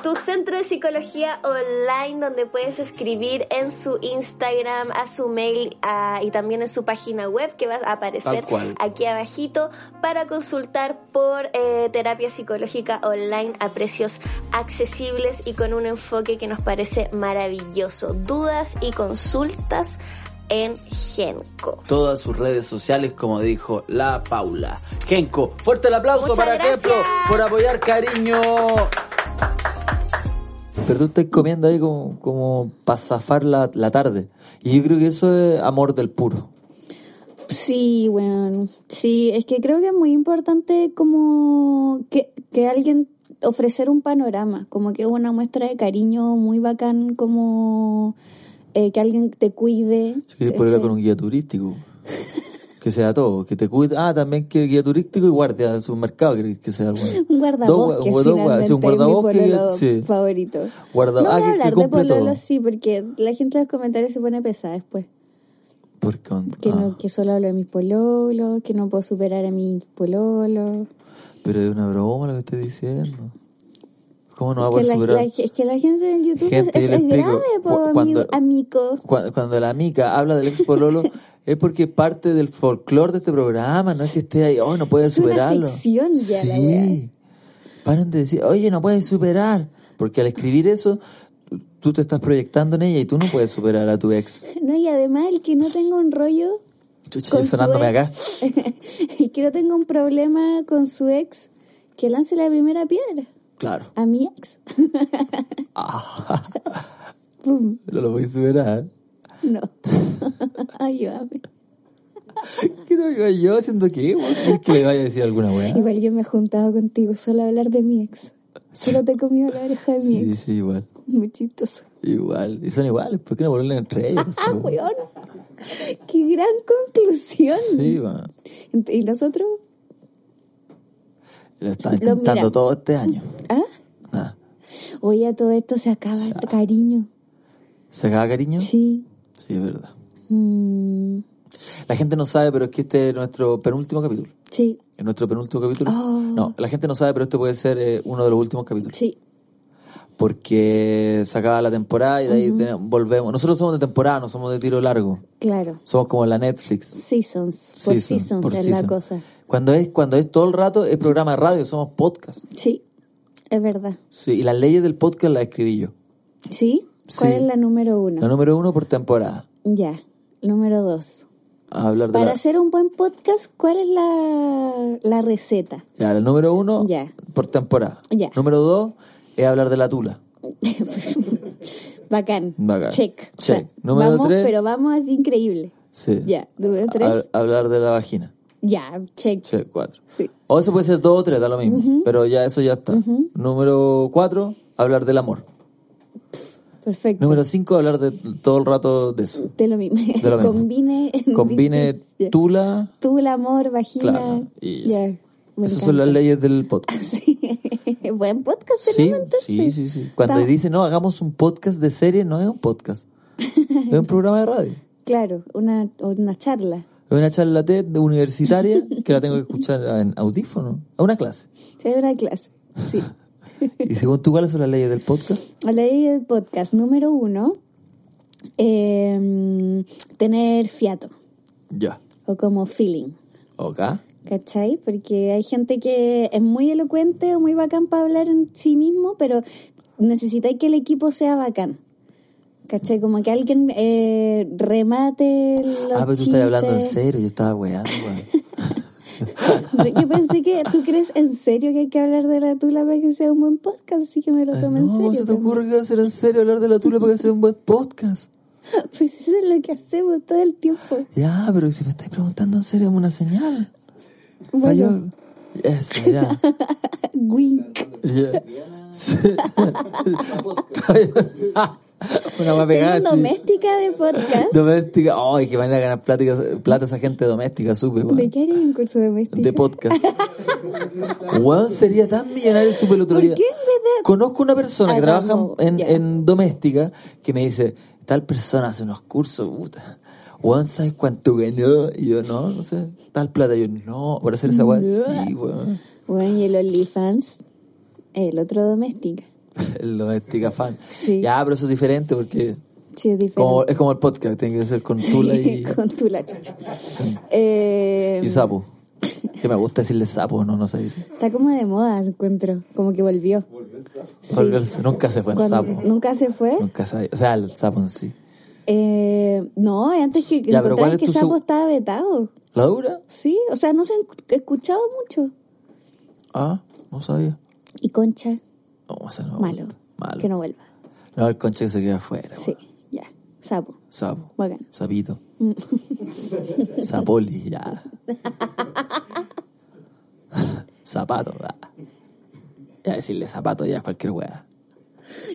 Speaker 4: tu centro de psicología online donde puedes escribir en su Instagram, a su mail ah, y también en su página web que va a aparecer
Speaker 2: Tal cual.
Speaker 4: aquí abajito para consultar por eh, terapia psicológica online a precios accesibles y con un enfoque que nos parece maravilloso. Dudas y consultas en Genco.
Speaker 2: Todas sus redes sociales, como dijo la Paula. Genko, fuerte el aplauso
Speaker 4: Muchas
Speaker 2: para
Speaker 4: gracias.
Speaker 2: Keplo por apoyar, cariño. Pero tú estás comiendo ahí como, como para zafar la, la tarde. Y yo creo que eso es amor del puro.
Speaker 3: Sí, bueno, sí, es que creo que es muy importante como que, que alguien ofrecer un panorama, como que una muestra de cariño muy bacán, como eh, que alguien te cuide.
Speaker 2: Si quieres ponerla
Speaker 3: ¿cachai?
Speaker 2: con un guía turístico. Que sea todo, que te cuide. Ah, también que guía turístico y guardia del supermercado, que, que sea alguna.
Speaker 3: Un
Speaker 2: Dos
Speaker 3: guardabosques,
Speaker 2: gua- dos gua-
Speaker 3: finalmente,
Speaker 2: sí, un guardabosques,
Speaker 3: es mi pololo
Speaker 2: sí.
Speaker 3: favorito.
Speaker 2: Guarda-
Speaker 3: no
Speaker 2: ah,
Speaker 3: voy
Speaker 2: que-
Speaker 3: a
Speaker 2: que
Speaker 3: hablar de
Speaker 2: cumple
Speaker 3: pololo,
Speaker 2: todo.
Speaker 3: sí, porque la gente en los comentarios se pone pesada después.
Speaker 2: Porque con-
Speaker 3: Que,
Speaker 2: ah,
Speaker 3: no, que solo hablo de mis pololos, que no puedo superar a mis pololos.
Speaker 2: Pero es una broma lo que estoy diciendo. ¿Cómo no va a
Speaker 3: Que
Speaker 2: poder
Speaker 3: la-
Speaker 2: superar?
Speaker 3: la- es que la gente en YouTube
Speaker 2: Gente,
Speaker 3: es,
Speaker 2: yo le
Speaker 3: es
Speaker 2: explico.
Speaker 3: grave, po,
Speaker 2: Cu-
Speaker 3: amigo-
Speaker 2: cuando-
Speaker 3: amigo.
Speaker 2: Cu- Cuando la mica habla del ex pololo es porque parte del folclore de este programa, no es que esté ahí, oh, no puede
Speaker 3: Es una
Speaker 2: superarlo.
Speaker 3: sección ya la
Speaker 2: sí. Paren de decir, oye, no puedes superar, porque al escribir eso tú te estás proyectando en ella y tú no puedes superar a tu ex.
Speaker 3: No, y además el que no tenga un rollo
Speaker 2: Chucha,
Speaker 3: con
Speaker 2: yo
Speaker 3: su
Speaker 2: sonándome acá.
Speaker 3: ex, y que no tenga un problema con su ex, que lance la primera piedra
Speaker 2: Claro.
Speaker 3: a mi ex.
Speaker 2: Ah,
Speaker 3: Pum,
Speaker 2: no lo voy a superar.
Speaker 3: no. Ayúdame.
Speaker 2: ¿Qué tengo que ver yo haciendo qué? weón? ¿Es que le vaya a decir alguna weá?
Speaker 3: Igual yo me he juntado contigo solo a hablar de mi ex. Solo te he comido la oreja de mi
Speaker 2: Sí,
Speaker 3: ex.
Speaker 2: sí, igual.
Speaker 3: Muy chistoso.
Speaker 2: Igual. Y son iguales, ¿por qué no volverle entre ellos?
Speaker 3: ¡Ah,
Speaker 2: weón?
Speaker 3: weón! ¡Qué gran conclusión!
Speaker 2: Pues, Sí, va.
Speaker 3: Ent- ¿Y nosotros?
Speaker 2: Lo están
Speaker 3: Lo
Speaker 2: intentando
Speaker 3: mira.
Speaker 2: todo este año.
Speaker 3: ¿Ah?
Speaker 2: Nada.
Speaker 3: Oye, a todo esto se acaba el cariño.
Speaker 2: ¿Se acaba cariño?
Speaker 3: Sí.
Speaker 2: Sí, es verdad.
Speaker 3: Mm,
Speaker 2: La gente no sabe, pero es que este es nuestro penúltimo capítulo.
Speaker 3: sí,
Speaker 2: Es nuestro penúltimo capítulo.
Speaker 3: Oh.
Speaker 2: No, la gente no sabe, pero este puede ser eh, uno de los últimos capítulos.
Speaker 3: sí.
Speaker 2: Porque se acaba la temporada y de ahí tenemos- volvemos. Nosotros somos de temporada, no somos de tiro largo.
Speaker 3: Claro.
Speaker 2: Somos como la Netflix.
Speaker 3: Seasons. Por
Speaker 2: Season,
Speaker 3: seasons
Speaker 2: por
Speaker 3: es
Speaker 2: season.
Speaker 3: la cosa.
Speaker 2: Cuando es, cuando es todo el rato, es programa de radio, somos podcast.
Speaker 3: Sí, es verdad.
Speaker 2: Sí, y las leyes del podcast las escribí yo.
Speaker 3: ¿Sí? ¿Cuál
Speaker 2: Sí.
Speaker 3: es la número uno?
Speaker 2: La número uno por temporada.
Speaker 3: Ya. Número dos.
Speaker 2: A hablar de
Speaker 3: Para
Speaker 2: la-
Speaker 3: hacer un buen podcast, ¿cuál es la, la receta?
Speaker 2: Ya, la número uno
Speaker 3: Ya.
Speaker 2: por temporada.
Speaker 3: Ya.
Speaker 2: Número dos es hablar de la tula.
Speaker 3: Bacán.
Speaker 2: Bacán.
Speaker 3: Check. O sea,
Speaker 2: Check. Número
Speaker 3: vamos,
Speaker 2: tres.
Speaker 3: pero vamos así increíble.
Speaker 2: Sí.
Speaker 3: Ya. Número tres.
Speaker 2: Hab- hablar de la vagina.
Speaker 3: Ya. Check.
Speaker 2: Sí, cuatro.
Speaker 3: Sí.
Speaker 2: O eso puede ser dos o tres, da lo mismo. Pero ya eso ya está. Número cuatro, hablar del amor.
Speaker 3: Perfecto.
Speaker 2: Número cinco, hablar de todo el rato de eso.
Speaker 3: De lo mismo.
Speaker 2: De lo mismo.
Speaker 3: Combine.
Speaker 2: Combine
Speaker 3: Ya.
Speaker 2: tula.
Speaker 3: Tú, el amor, vagina.
Speaker 2: Claro, y ya
Speaker 3: ya. me
Speaker 2: Esas son las
Speaker 3: encanta.
Speaker 2: leyes del podcast.
Speaker 3: Sí. Buen podcast
Speaker 2: Sí,
Speaker 3: tenemos entonces.
Speaker 2: sí, sí, sí. Cuando
Speaker 3: Está-
Speaker 2: dicen, no, hagamos un podcast de serie, no es un podcast. Es un programa de radio.
Speaker 3: Claro, una, una charla.
Speaker 2: Es una charla TED de universitaria que la tengo que escuchar en audífono, a una clase.
Speaker 3: Sí, una clase. Sí.
Speaker 2: Y según tú, ¿cuáles son las leyes del podcast?
Speaker 3: La ley del podcast número uno, eh, tener fiato
Speaker 2: Ya.
Speaker 3: o como feeling.
Speaker 2: Ok. Ah,
Speaker 3: ¿Cachai? Porque hay gente que es muy elocuente o muy bacán para hablar en sí mismo, pero necesitáis que el equipo sea bacán. ¿Cachai? Como que alguien eh, remate los
Speaker 2: ah, pero tú estás hablando en
Speaker 3: chistes.
Speaker 2: serio, yo estaba weando, weón.
Speaker 3: Yo pensé que tú crees en serio que hay que hablar de la tula para que sea un buen podcast, así que me lo
Speaker 2: Ah,
Speaker 3: tomo en
Speaker 2: No,
Speaker 3: serio.
Speaker 2: se te
Speaker 3: también.
Speaker 2: ocurre que va a ser en serio hablar de la tula para que sea un buen podcast.
Speaker 3: Pues eso es lo que hacemos todo el tiempo.
Speaker 2: Ya, pero si me estáis preguntando en serio, es una señal. Pa'
Speaker 3: Bueno,
Speaker 2: yo- Eso, ya.
Speaker 3: wink.
Speaker 2: ya. Sí. una más pegada.
Speaker 3: Tengo
Speaker 2: sí.
Speaker 3: doméstica de podcast.
Speaker 2: Doméstica. Ay, qué manera de ganar plata, plata esa gente doméstica, supe, weón.
Speaker 3: ¿De qué haría un curso doméstico?
Speaker 2: de podcast. Weón sería tan millonario supe el otro
Speaker 3: ¿Por
Speaker 2: día.
Speaker 3: qué en vez de-
Speaker 2: Conozco una persona que
Speaker 3: Ah,
Speaker 2: trabaja
Speaker 3: no,
Speaker 2: en,
Speaker 3: ya.
Speaker 2: en doméstica que me dice, tal persona hace unos cursos, puta. Weón, ¿sabes cuánto ganó? Y yo, no, no sé, tal plata. Y yo, no, por hacer esa weá, sí, weón.
Speaker 3: Bueno, y el OnlyFans, el otro doméstica.
Speaker 2: el Domestic Afán.
Speaker 3: Sí.
Speaker 2: Ya, pero eso es diferente porque
Speaker 3: Sí, es diferente.
Speaker 2: como, es como el podcast, tiene que ser con Tula
Speaker 3: Sí,
Speaker 2: y,
Speaker 3: con tula, chucha. Eh,
Speaker 2: y Sapo. Que me gusta decirle sapo, no, no se dice.
Speaker 3: Está como de moda, encuentro. Como que volvió. Volvió el sapo.
Speaker 2: Volverse- Nunca se fue el sapo. Mm.
Speaker 3: ¿Nunca se fue?
Speaker 2: Nunca se O sea, el sapo en sí.
Speaker 3: Eh, no, antes que, que
Speaker 2: Ya, pero ¿cuál es
Speaker 3: encontraran que
Speaker 2: tu
Speaker 3: Sapo
Speaker 2: seg-
Speaker 3: estaba vetado.
Speaker 2: ¿La dura?
Speaker 3: Sí, o sea, no se han escuchado mucho.
Speaker 2: Ah, no sabía.
Speaker 3: Y Concha,
Speaker 2: No, o sea, no me
Speaker 3: malo.
Speaker 2: gusta. Malo.
Speaker 3: Que no vuelva.
Speaker 2: No, el conche que se queda afuera.
Speaker 3: Sí, ya. Sapo.
Speaker 2: Sapo.
Speaker 3: Bacán. Mm.
Speaker 2: Sapito. Sapoli, ya. zapato, ya. Ya decirle zapato ya es cualquier weá.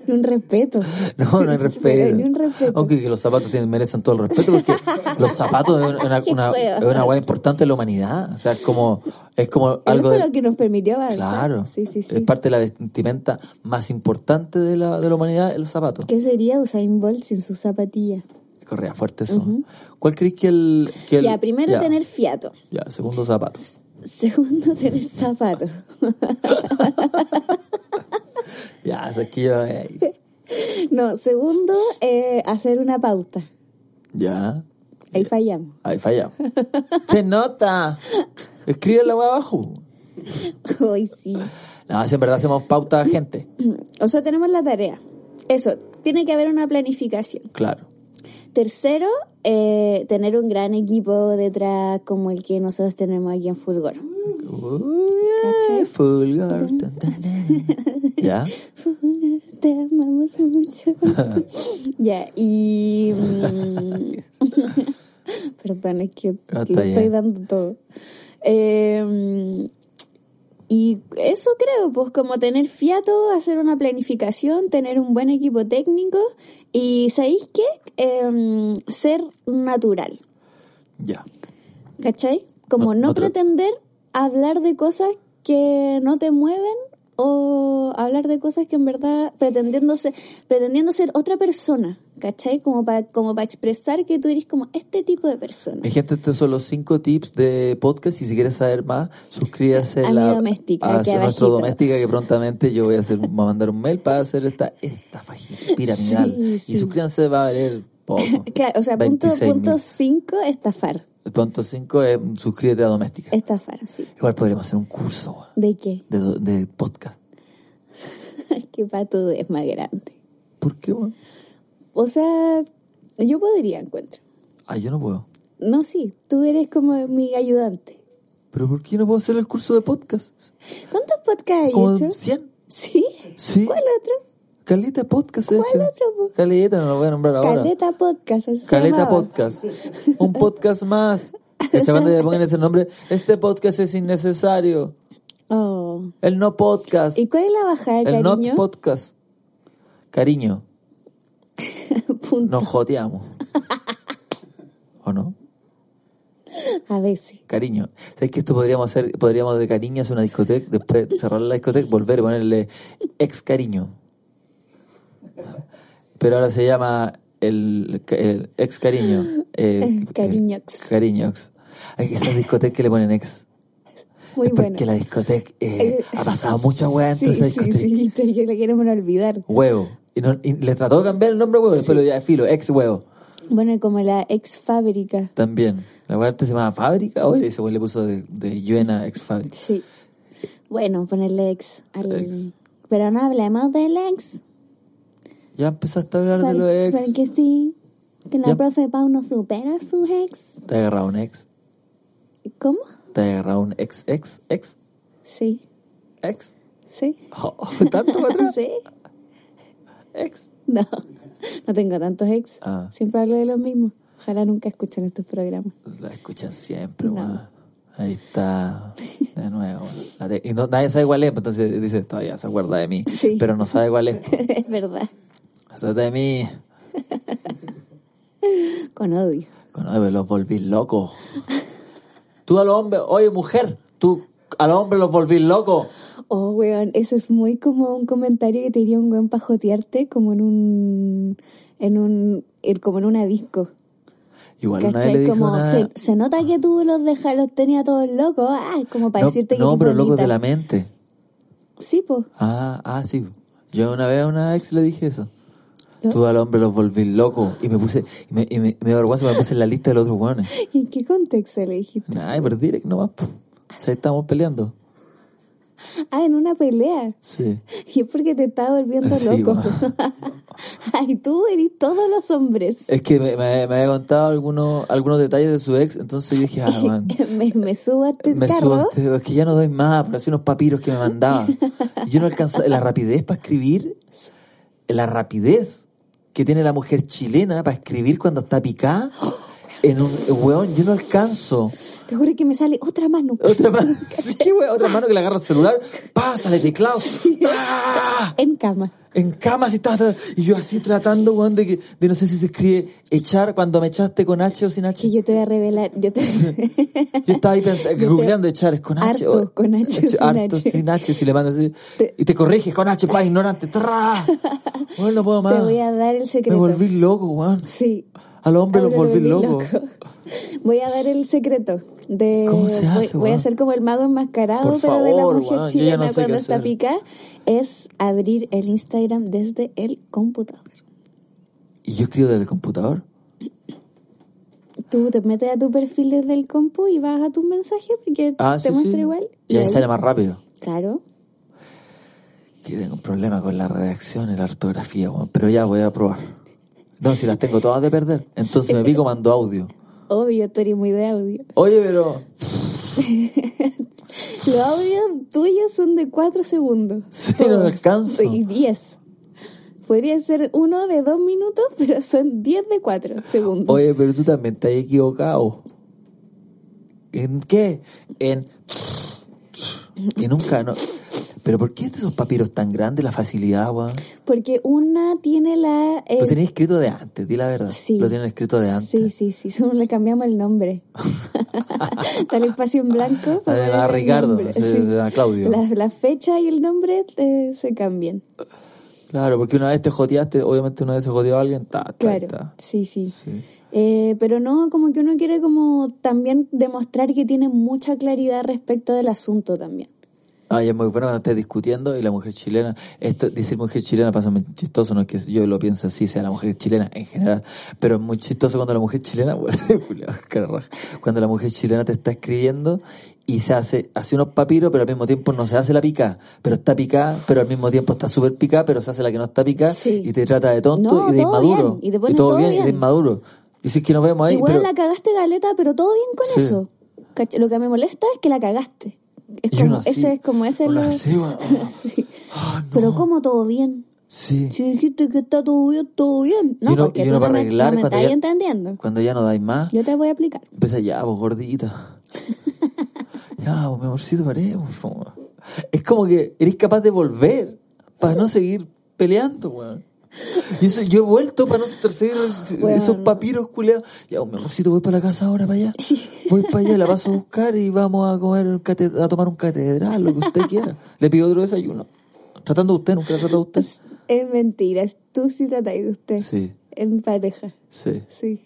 Speaker 3: Ni un respeto.
Speaker 2: No, no hay
Speaker 3: Pero
Speaker 2: respeto.
Speaker 3: Ni un respeto.
Speaker 2: Aunque que los zapatos tienen, merecen todo el respeto porque los zapatos es una,
Speaker 3: Qué
Speaker 2: una,
Speaker 3: juego.
Speaker 2: es una weá importante de la humanidad. O sea, es como, es como
Speaker 3: Algo
Speaker 2: algo
Speaker 3: fue
Speaker 2: de-
Speaker 3: lo que nos permitió avanzar.
Speaker 2: Claro.
Speaker 3: Sí, sí, sí.
Speaker 2: Es parte de la vestimenta más importante de la, de la humanidad, el zapato.
Speaker 3: ¿Qué sería Usain Bolt sin su zapatilla?
Speaker 2: Correa fuerte eso. ¿Cuál crees que el... Que el-
Speaker 3: ya, primero
Speaker 2: ya,
Speaker 3: tener fiato.
Speaker 2: Ya, segundo zapato.
Speaker 3: Segundo, tener zapatos.
Speaker 2: Ya, eso es que yo... eh,
Speaker 3: No, segundo, eh, hacer una pauta.
Speaker 2: ya,
Speaker 3: Ahí fallamos.
Speaker 2: ahí fallamos. ¡Se nota! Escribe la weá abajo.
Speaker 3: Hoy sí.
Speaker 2: No, si en verdad hacemos pauta a gente.
Speaker 3: O sea, tenemos la tarea. Eso, tiene que haber una planificación.
Speaker 2: Claro.
Speaker 3: Tercero, eh, tener un gran equipo detrás como el que nosotros tenemos aquí en Fulgor.
Speaker 2: Uy, Fulgor. tan, tan, tan. Ya,
Speaker 3: Fulgor, te amamos mucho. ya, y... mm, Perdón, es que
Speaker 2: No, Ah, está
Speaker 3: lo estoy
Speaker 2: bien.
Speaker 3: dando todo. Eh, y eso creo, pues como tener fiato, hacer una planificación, tener un buen equipo técnico y, ¿sabéis qué? Eh, ser natural,
Speaker 2: ya.
Speaker 3: ¿cachai? Como
Speaker 2: No-
Speaker 3: no,
Speaker 2: no tra-
Speaker 3: pretender hablar de cosas que no te mueven o hablar de cosas que en verdad pretendiéndose pretendiendo ser otra persona, ¿cachai? Como para como para expresar que tú eres como este tipo de persona.
Speaker 2: Mi gente, estos son los cinco tips de podcast. Y si quieres saber más, suscríbase
Speaker 3: A mi doméstica,
Speaker 2: a
Speaker 3: aquí
Speaker 2: nuestro
Speaker 3: abajito.
Speaker 2: doméstica, que prontamente yo voy a hacer, voy a mandar un mail para hacer esta estafa piramidal.
Speaker 3: Sí,
Speaker 2: y
Speaker 3: sí.
Speaker 2: suscríbanse, va a valer poco.
Speaker 3: Claro, o sea, punto
Speaker 2: 26.000.
Speaker 3: punto cinco, estafar.
Speaker 2: El punto cinco es suscríbete a doméstica.
Speaker 3: Estafar, sí.
Speaker 2: Igual podríamos hacer un curso weón,
Speaker 3: ¿De qué?
Speaker 2: de, do- de podcast.
Speaker 3: ¿Qué pato es más grande?
Speaker 2: ¿Por qué? weón?
Speaker 3: O sea, yo podría, encuentro.
Speaker 2: Ah, yo no puedo.
Speaker 3: No, sí, tú eres como mi ayudante.
Speaker 2: ¿Pero por qué no puedo hacer el curso de podcast?
Speaker 3: ¿Cuántos podcasts
Speaker 2: Como
Speaker 3: has hecho?
Speaker 2: 100.
Speaker 3: ¿Sí?
Speaker 2: Sí.
Speaker 3: ¿Cuál otro?
Speaker 2: Caleta de podcast he
Speaker 3: ¿Cuál
Speaker 2: hecho.
Speaker 3: otro? po?
Speaker 2: Caleta, no lo voy a nombrar ahora.
Speaker 3: Caleta Podcast. así se
Speaker 2: Caleta
Speaker 3: llamaba.
Speaker 2: Podcast. Un podcast más. ¿Cachai? Cuando le pongan ese nombre, este podcast es innecesario.
Speaker 3: Oh.
Speaker 2: El no podcast.
Speaker 3: ¿Y cuál es la bajada,
Speaker 2: El no
Speaker 3: cariño?
Speaker 2: podcast. Cariño,
Speaker 3: Punto.
Speaker 2: nos joteamos. ¿O no?
Speaker 3: A veces.
Speaker 2: Cariño. ¿Sabes que esto podríamos hacer? Podríamos de cariño hacer una discoteca, después cerrar la discoteca, volver y ponerle ex cariño. Pero ahora se llama el, el ex cariño. eh,
Speaker 3: Cariñox.
Speaker 2: Cariñox. Hay que esas discotecas que le ponen ex.
Speaker 3: Muy
Speaker 2: es
Speaker 3: bueno.
Speaker 2: Porque la discoteca eh,
Speaker 3: Eh,
Speaker 2: ha pasado mucha hueá
Speaker 3: Sí,
Speaker 2: entre esa
Speaker 3: sí,
Speaker 2: discoteca.
Speaker 3: sí, te- yo la quiero bueno, olvidar.
Speaker 2: Huevo. Y, no- y le trató de cambiar el nombre huevo, después lo ya filo, ex huevo.
Speaker 3: Bueno, y como la ex fábrica.
Speaker 2: También. La hueá antes se llamaba fábrica, oye, ese huevo le puso de, de Yuena ex fábrica.
Speaker 3: Sí. Bueno, ponerle ex al...
Speaker 2: Ex.
Speaker 3: Pero no hablemos del ex.
Speaker 2: Ya empezaste a hablar de
Speaker 3: Por-
Speaker 2: los ex.
Speaker 3: Porque sí, que la
Speaker 2: Ya.
Speaker 3: profe Pau no supera a sus ex.
Speaker 2: ¿Te has agarrado un ex?
Speaker 3: ¿Cómo?
Speaker 2: ¿Te has agarrado un ex, ex, ex,
Speaker 3: Sí,
Speaker 2: ex?
Speaker 3: sí.
Speaker 2: Oh, ¿Tanto para atrás?
Speaker 3: ¿Sí?
Speaker 2: ¿Ex?
Speaker 3: No, no tengo tantos ex.
Speaker 2: Ah.
Speaker 3: Siempre hablo de los mismos. Ojalá nunca escuchen estos programas.
Speaker 2: La escuchan siempre,
Speaker 3: No.
Speaker 2: weón. Ahí está, de nuevo. La te- Y no- nadie sabe cuál es, pues, entonces dice, todavía se acuerda de mí.
Speaker 3: Sí.
Speaker 2: Pero no sabe cuál es. pues.
Speaker 3: es verdad,
Speaker 2: Hasta de mí.
Speaker 3: con odio.
Speaker 2: Bueno, eh, los volví locos. Tú a los hombres, oye mujer, tú a los hombres los volví locos.
Speaker 3: Oh, weón, eso es muy como un comentario que te diría un weón para jotearte como en un... En un en- como en una disco.
Speaker 2: Igual una vez le
Speaker 3: ¿Cachai?
Speaker 2: dije
Speaker 3: Como
Speaker 2: una...
Speaker 3: se, se nota que tú los deja, los tenías todos locos. Ah, como para
Speaker 2: no,
Speaker 3: decirte que
Speaker 2: no,
Speaker 3: eres
Speaker 2: pero locos
Speaker 3: bonita.
Speaker 2: de la mente.
Speaker 3: Sí, pues.
Speaker 2: Ah, ah, sí. Yo una vez a una ex le dije eso. Tú al hombre los volví loco. Y me puse, y me, y me, me dio vergüenza, me puse en la lista de los otros hueones.
Speaker 3: ¿En qué contexto le dijiste?
Speaker 2: Ay, pero direct nomás. po. O sea, estábamos peleando.
Speaker 3: Ah, en una pelea.
Speaker 2: Sí.
Speaker 3: Y es porque te está volviendo
Speaker 2: Sí,
Speaker 3: loco.
Speaker 2: ma.
Speaker 3: Ay, tú eres todos los hombres.
Speaker 2: Es que me, me- me había contado algunos, algunos detalles de su ex, entonces yo dije, ah, man.
Speaker 3: me, me subo a este
Speaker 2: Me
Speaker 3: carro.
Speaker 2: subo a este- es que ya no doy más, pero hacía unos papiros que me mandaba. Yo no alcanzaba, la rapidez para escribir, la rapidez que tiene la mujer chilena para escribir cuando está picada, en un, weón, yo no alcanzo.
Speaker 3: Te juro que me sale otra mano.
Speaker 2: Otra mano, sí, qué weón, otra mano que le agarra el celular, pásale teclado, ¡Ah!
Speaker 3: En cama.
Speaker 2: en cama si estaba, y yo así tratando, weón, de que, de no sé si se escribe echar cuando me echaste con H o sin H.
Speaker 3: Que yo te voy a revelar. Yo te.
Speaker 2: Yo estaba ahí pensando,
Speaker 3: Yo te-
Speaker 2: googleando echar, es con H.
Speaker 3: Harto,
Speaker 2: o-
Speaker 3: con H, sin
Speaker 2: harto,
Speaker 3: H.
Speaker 2: sin H, si le mando así.
Speaker 3: Te-
Speaker 2: Y te corriges con H, pa, ignorante. Tarra. Weón, no puedo más.
Speaker 3: Te voy a dar el
Speaker 2: Me
Speaker 3: secreto.
Speaker 2: volví loco, weón.
Speaker 3: Sí.
Speaker 2: A los hombres los
Speaker 3: Ahora
Speaker 2: volví
Speaker 3: lo
Speaker 2: loco.
Speaker 3: Voy a dar el secreto. De,
Speaker 2: ¿Cómo se hace,
Speaker 3: voy, voy a
Speaker 2: weón?
Speaker 3: ser como el mago enmascarado,
Speaker 2: Por
Speaker 3: pero de la
Speaker 2: favor,
Speaker 3: mujer
Speaker 2: weón, yo ya
Speaker 3: chilena
Speaker 2: no sé
Speaker 3: cuando
Speaker 2: qué
Speaker 3: está
Speaker 2: hacer.
Speaker 3: pica. Es abrir el Instagram desde el computador.
Speaker 2: Y yo escribo desde el computador.
Speaker 3: Tú te metes a tu perfil desde el compu y vas a tu mensaje porque
Speaker 2: Ah,
Speaker 3: te
Speaker 2: sí,
Speaker 3: muestra
Speaker 2: sí.
Speaker 3: igual.
Speaker 2: Y ahí
Speaker 3: ahí-
Speaker 2: sale más rápido.
Speaker 3: Claro.
Speaker 2: Que tengo un problema con la redacción y la ortografía, weón. Pero ya voy a probar. No, si las tengo todas de perder. Entonces me pico, mando audio.
Speaker 3: Obvio, tú eres muy de audio.
Speaker 2: Oye, pero.
Speaker 3: Los audios tuyos son de 4 segundos.
Speaker 2: Sí, no lo alcanzo.
Speaker 3: Y 10. Podría ser uno de 2 minutos, pero son 10 de 4 segundos.
Speaker 2: Oye, pero tú también te has equivocado. ¿En qué? En... Y nunca, no... ¿Pero por qué de esos papiros tan grandes la facilidad, weón?
Speaker 3: Porque una tiene la... eh,
Speaker 2: Lo tenés escrito de antes, di la verdad.
Speaker 3: Sí.
Speaker 2: Lo tienen escrito de antes.
Speaker 3: Sí, sí, sí, solo le cambiamos el nombre. Tal espacio en blanco.
Speaker 2: Además,
Speaker 3: ahora el
Speaker 2: Ah, Ricardo,
Speaker 3: nombre,
Speaker 2: se- se llama Claudio.
Speaker 3: La, la fecha y el nombre eh, se cambian.
Speaker 2: Claro, porque una vez te joteaste, obviamente una vez se joteó a alguien, ta, ta,
Speaker 3: Claro,
Speaker 2: ta.
Speaker 3: sí, sí.
Speaker 2: Sí.
Speaker 3: Eh, pero no, como que uno quiere como también demostrar que tiene mucha claridad respecto del asunto también.
Speaker 2: Ay, es muy bueno cuando estés discutiendo y la mujer chilena, esto, decir mujer chilena pasa muy chistoso, no es que yo lo piense así, sea la mujer chilena en general, pero es muy chistoso cuando la mujer chilena, bueno, Julio, qué raja. cuando la mujer chilena te está escribiendo y se hace, hace unos papiros, pero al mismo tiempo no se hace la pica, pero está picada, pero al mismo tiempo está súper picada, pero se hace la que no está picada
Speaker 3: Sí.
Speaker 2: y te trata de tonto
Speaker 3: No,
Speaker 2: y de
Speaker 3: todo
Speaker 2: inmaduro.
Speaker 3: bien, y te pone
Speaker 2: todo
Speaker 3: todo
Speaker 2: bien, y de
Speaker 3: bien.
Speaker 2: inmaduro. Y si es que nos vemos ahí,
Speaker 3: Igual
Speaker 2: pero-
Speaker 3: la cagaste galeta, pero todo bien con
Speaker 2: Sí.
Speaker 3: eso. Cach- Lo que me molesta es que la cagaste. Es
Speaker 2: y
Speaker 3: como,
Speaker 2: uno así,
Speaker 3: ese es como ese
Speaker 2: uno
Speaker 3: lo-
Speaker 2: así, bueno,
Speaker 3: Sí.
Speaker 2: ah, no,
Speaker 3: Pero como todo bien.
Speaker 2: sí.
Speaker 3: Si dijiste que está todo bien, todo bien. No,
Speaker 2: Y uno-
Speaker 3: porque
Speaker 2: y uno
Speaker 3: tú
Speaker 2: para
Speaker 3: no me,
Speaker 2: arreglar
Speaker 3: no me
Speaker 2: cuando
Speaker 3: estás
Speaker 2: ya-
Speaker 3: entendiendo.
Speaker 2: Cuando ya no dais más,
Speaker 3: Yo te voy a aplicar.
Speaker 2: Empieza ya, vos gordita. ya, vos, mi amorcito, paremos. po, weón. Es como que eres capaz de volver para no seguir peleando, weón. Y eso, yo he vuelto para no seguir esos
Speaker 3: Weón.
Speaker 2: papiros culeados. Ya, vos, mi amorcito, voy para la casa ahora, para allá. Voy para allá, la paso a buscar y vamos a comer un cate- a tomar un catedral, lo que usted quiera. Le pido otro desayuno. Tratando de usted, nunca la tratado de usted.
Speaker 3: Es mentira, es tú si tratáis de usted.
Speaker 2: Sí.
Speaker 3: En pareja,
Speaker 2: Sí.
Speaker 3: sí.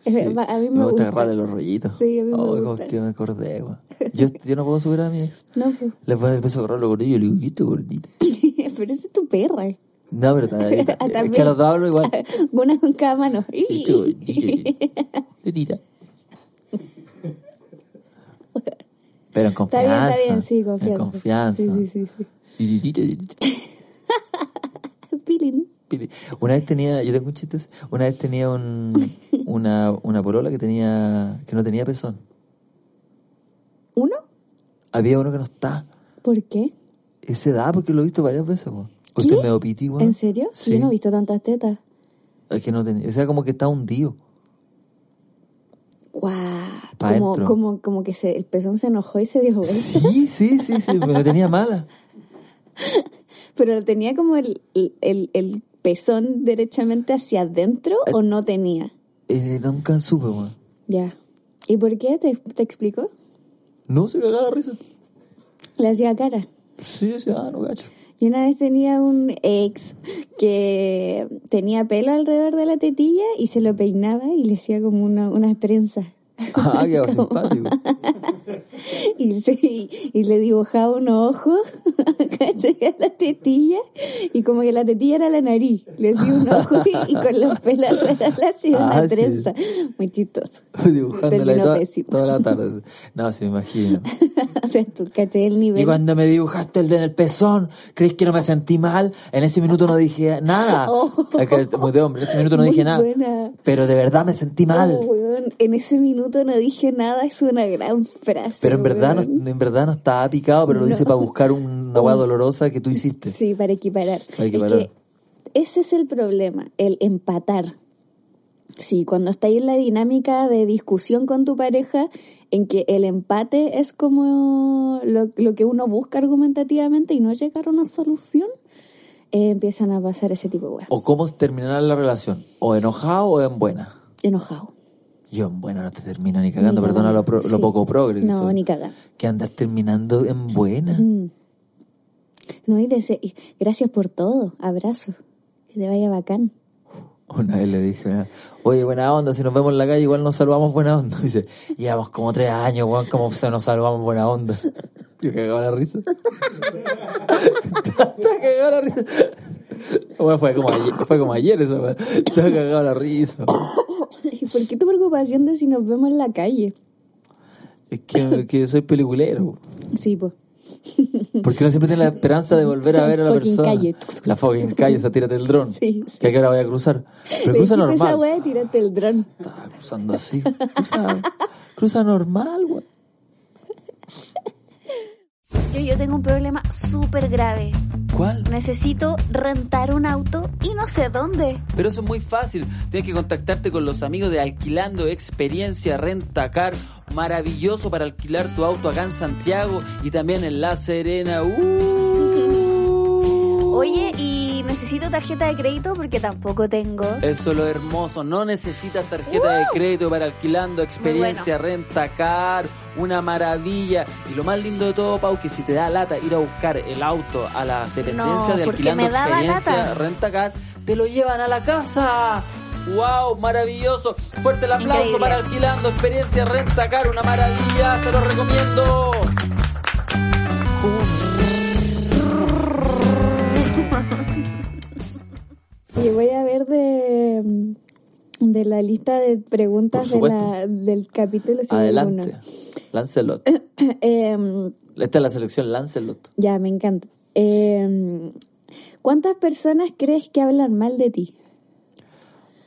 Speaker 2: sí.
Speaker 3: Es- A mí me, gusta.
Speaker 2: agarrarle los rollitos.
Speaker 3: Sí, a mí me
Speaker 2: Oh, como
Speaker 3: gusta.
Speaker 2: que me acordé, weón. Yo, yo no puedo superar a mi ex.
Speaker 3: No, pues.
Speaker 2: Le voy a empezar a agarrar los gorditos y yo le digo, ¿y este gordito?
Speaker 3: pero esa es tu perra.
Speaker 2: No, pero también.
Speaker 3: Ah,
Speaker 2: es
Speaker 3: también.
Speaker 2: que a los dos hablo igual.
Speaker 3: Una con cada mano.
Speaker 2: Y este gordito, tetita. Pero en
Speaker 3: Está
Speaker 2: confianza.
Speaker 3: bien, está bien, sí,
Speaker 2: En
Speaker 3: confianza.
Speaker 2: confianza.
Speaker 3: Sí, sí, sí.
Speaker 2: Y tetita, tetita.
Speaker 3: sí. Pilín.
Speaker 2: Pili. Una vez tenía, yo tengo un chiste, así. una vez tenía un, una, una polola que tenía, que no tenía pezón.
Speaker 3: ¿Uno?
Speaker 2: Había uno que no está.
Speaker 3: ¿Por qué?
Speaker 2: Y Se da porque lo he visto varias veces, po. Porque
Speaker 3: ¿Qué?
Speaker 2: me opití, weón.
Speaker 3: ¿En serio?
Speaker 2: Sí.
Speaker 3: Yo no he visto tantas tetas.
Speaker 2: Es que no tenía, o sea, como que está hundido.
Speaker 3: ¡Guau!
Speaker 2: Pa'
Speaker 3: Como,
Speaker 2: dentro.
Speaker 3: como, como que se, el pezón se enojó y se dio vuelta.
Speaker 2: Sí, sí, sí, sí, me lo tenía mala.
Speaker 3: Pero tenía como el, el, el- el pezón derechamente hacia adentro o no tenía.
Speaker 2: Eh, nunca supe, weón.
Speaker 3: Ya. ¿Y por qué? ¿Te, te explico?
Speaker 2: No, se cagaba la risa.
Speaker 3: Le hacía cara.
Speaker 2: Sí, sí, ah, no, gacho.
Speaker 3: Y una vez tenía un ex que tenía pelo alrededor de la tetilla y se lo peinaba y le hacía como una, unas trenzas.
Speaker 2: Ah, qué simpático.
Speaker 3: y, se- y- y le dibujaba unos ojos ¿cachai? a la tetilla y como que la tetilla era la nariz. Le hacía un ojo y, y con los pelos le hacía una
Speaker 2: Ah, sí.
Speaker 3: trenza. Muy chistoso.
Speaker 2: Dibujándola y
Speaker 3: Terminó
Speaker 2: toda,
Speaker 3: pésimo.
Speaker 2: toda la tarde. No, se me imagino.
Speaker 3: o sea, tú caché el nivel.
Speaker 2: Y cuando me dibujaste el, en el pezón, ¿crees que no me sentí mal? En ese minuto no dije nada.
Speaker 3: Oh.
Speaker 2: Es que es muy de hombre, en ese minuto no
Speaker 3: Muy
Speaker 2: dije nada.
Speaker 3: buena.
Speaker 2: Pero de verdad me sentí mal.
Speaker 3: Oh, weón, en ese minuto no dije nada, es una gran frase.
Speaker 2: pero en verdad, no,
Speaker 3: weón.
Speaker 2: en verdad no estaba picado, pero lo dice para buscar una hueá dolorosa que tú hiciste.
Speaker 3: Sí, para equiparar.
Speaker 2: Para equiparar.
Speaker 3: Es que ese es el problema, el empatar. Sí, cuando estáis en la dinámica de discusión con tu pareja, en que el empate es como lo, lo que uno busca argumentativamente y no llegar a una solución, eh, empiezan a pasar ese tipo de weas.
Speaker 2: O cómo terminará la relación. O enojado o en buena.
Speaker 3: Enojado.
Speaker 2: Yo en buena no te termino ni cagando,
Speaker 3: Ni
Speaker 2: perdona lo,
Speaker 3: cagando,
Speaker 2: pro- lo
Speaker 3: sí.
Speaker 2: poco progre que
Speaker 3: No,
Speaker 2: soy.
Speaker 3: ni cagando.
Speaker 2: Que andar terminando en buena.
Speaker 3: No, y, dese- y gracias por todo. Abrazo. Que te vaya bacán.
Speaker 2: Una vez le dije, oye, buena onda, si nos vemos en la calle igual nos saludamos buena onda. Y dice, llevamos como tres años, weón, como se nos saludamos buena onda. Yo cagaba la risa. Estaba cagado la risa. Bueno, fue como ayer, fue como ayer esa weón. Estaba cagado la risa.
Speaker 3: ¿Y por qué tu preocupación de si nos vemos en la calle?
Speaker 2: Es que, que soy peliculero.
Speaker 3: Sí, pues.
Speaker 2: Porque uno siempre tiene la esperanza de volver a ver a la
Speaker 3: Fucking
Speaker 2: persona.
Speaker 3: calle.
Speaker 2: La fucking calle, esa tírate el dron.
Speaker 3: Sí, sí.
Speaker 2: Que ahora voy a cruzar. Pero cruza
Speaker 3: Le dijiste esa
Speaker 2: normal.
Speaker 3: weá de tirarte el dron.
Speaker 2: Estaba cruzando así. Cruza, cruza normal, weón.
Speaker 4: Yo, yo tengo un problema súper grave.
Speaker 2: ¿Cuál?
Speaker 4: Necesito rentar un auto y no sé dónde.
Speaker 2: Pero eso es muy fácil. Tienes que contactarte con los amigos de Alquilando Experiencia Rentacar. Maravilloso para alquilar tu auto acá en Santiago y también en La Serena. ¡Uh!
Speaker 4: Oye, y necesito tarjeta de crédito porque tampoco tengo.
Speaker 2: Eso es lo hermoso. No necesitas tarjeta
Speaker 4: Uh.
Speaker 2: de crédito para alquilando experiencia Rentacar. Una maravilla. Y lo más lindo de todo, Pau, que si te da lata ir a buscar el auto a la dependencia
Speaker 4: No,
Speaker 2: de
Speaker 4: porque
Speaker 2: alquilando
Speaker 4: me daba
Speaker 2: experiencia
Speaker 4: lata.
Speaker 2: Rentacar, te lo llevan a la casa. ¡Wow! Maravilloso. Fuerte el aplauso
Speaker 4: Increíble.
Speaker 2: para alquilando experiencia Rentacar. Una maravilla. Se lo recomiendo.
Speaker 3: Y voy a ver de, de la lista de preguntas
Speaker 2: Por
Speaker 3: de
Speaker 2: supuesto.
Speaker 3: la- del capítulo si hay
Speaker 2: Adelante. Lancelot.
Speaker 4: Eh.
Speaker 3: alguno. Em,
Speaker 2: Esta es la selección Lancelot.
Speaker 3: ya, me encanta. Em, ¿Cuántas personas crees que hablan mal de ti?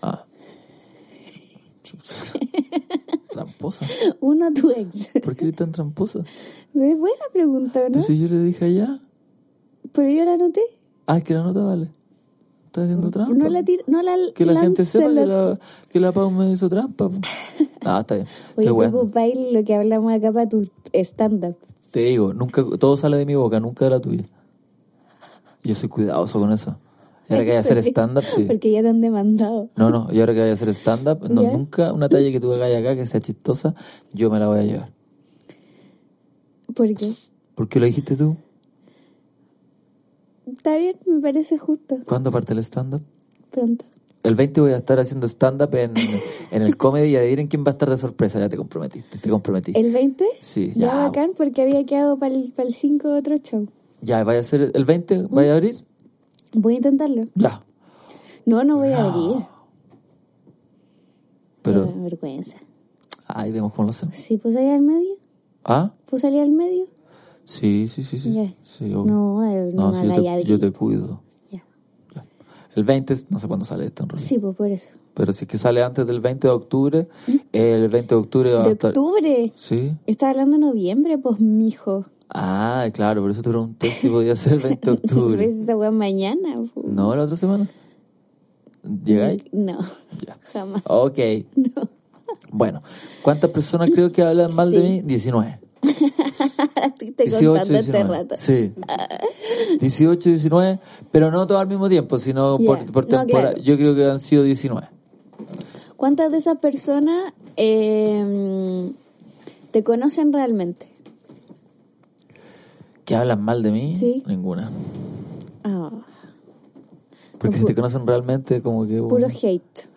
Speaker 2: Ah. Tramposa.
Speaker 3: Uno, tu ex.
Speaker 2: ¿Por qué eres tan tramposa?
Speaker 3: Es buena pregunta, ¿no?
Speaker 2: Pues si yo le dije allá.
Speaker 3: Pero yo la anoté.
Speaker 2: Ah, que la nota vale. ¿Estás haciendo trampa?
Speaker 3: No la, tir- no la
Speaker 2: que la gente sepa que
Speaker 3: Lancelot.
Speaker 2: la, que la Pau me hizo trampa. po. Ah, está bien.
Speaker 3: Oye,
Speaker 2: Qué
Speaker 3: te
Speaker 2: bueno.
Speaker 3: ocupáis lo que hablamos acá para tu stand-up.
Speaker 2: Te digo, nunca, todo sale de mi boca, nunca de la tuya. Yo soy cuidadoso con eso. Y ahora que voy a hacer
Speaker 3: Porque-
Speaker 2: stand-up, sí.
Speaker 3: Porque ya te han demandado.
Speaker 2: No, no, y ahora que voy a hacer stand-up, no,
Speaker 3: ¿Ya?
Speaker 2: nunca una talla que tú hagas acá que sea chistosa, yo me la voy a llevar.
Speaker 3: ¿Por qué?
Speaker 2: ¿Por qué lo dijiste tú?
Speaker 3: Está bien, me parece justo.
Speaker 2: ¿Cuándo parte el stand-up?
Speaker 3: Pronto.
Speaker 2: El 20 voy a estar haciendo stand-up en, en el comedy y adivinen quién va a estar de sorpresa. Ya te comprometiste, te comprometí.
Speaker 3: ¿El 20?
Speaker 2: Sí,
Speaker 3: ya.
Speaker 2: ya.
Speaker 3: bacán, porque había quedado para el, 5 otro show.
Speaker 2: Ya, vaya a ser el 20, vaya a abrir.
Speaker 3: Voy a intentarlo.
Speaker 2: Ya.
Speaker 3: No, no voy a abrir. Me
Speaker 2: Pero,
Speaker 3: da vergüenza.
Speaker 2: ahí vemos cómo lo hacemos.
Speaker 3: Sí, pues ahí al medio.
Speaker 2: ¿Ah?
Speaker 3: Pues salir al medio.
Speaker 2: Sí, sí, sí, sí.
Speaker 3: Ya.
Speaker 2: Sí, obvio.
Speaker 3: No, eh, no,
Speaker 2: sí, yo,
Speaker 3: vaya a
Speaker 2: te,
Speaker 3: abrir.
Speaker 2: yo te cuido.
Speaker 3: Ya.
Speaker 2: Ya. El 20, es- no sé cuándo sale esto en realidad.
Speaker 3: Sí, pues por eso.
Speaker 2: Pero si es que sale antes del 20 de octubre, el 20 de octubre va a
Speaker 3: ¿De
Speaker 2: estar...
Speaker 3: octubre?
Speaker 2: Sí.
Speaker 3: Estaba hablando de noviembre, pues mijo.
Speaker 2: Ah, claro, por eso te pregunté si podía ser el 20 de
Speaker 3: ¿Ves
Speaker 2: octubre.
Speaker 3: esta weá mañana? pues.
Speaker 2: No, la otra semana. ¿Llegáis?
Speaker 3: No,
Speaker 2: Ya.
Speaker 3: jamás.
Speaker 2: Ok. Bueno, ¿cuántas personas creo que hablan mal de
Speaker 3: Sí.
Speaker 2: mí? 19.
Speaker 3: Estoy te
Speaker 2: 18,
Speaker 3: contando este
Speaker 2: 19.
Speaker 3: rato.
Speaker 2: Sí. 18, 19, pero no todo al mismo tiempo, sino
Speaker 3: Ya.
Speaker 2: por, por
Speaker 3: No,
Speaker 2: temporada.
Speaker 3: claro.
Speaker 2: Yo creo que han sido 19.
Speaker 3: ¿Cuántas de esas personas eh, te conocen realmente?
Speaker 2: ¿Que hablan mal de mí?
Speaker 3: Sí.
Speaker 2: Ninguna.
Speaker 3: Ah,
Speaker 2: Porque si te conocen realmente, como que...
Speaker 3: puro hate.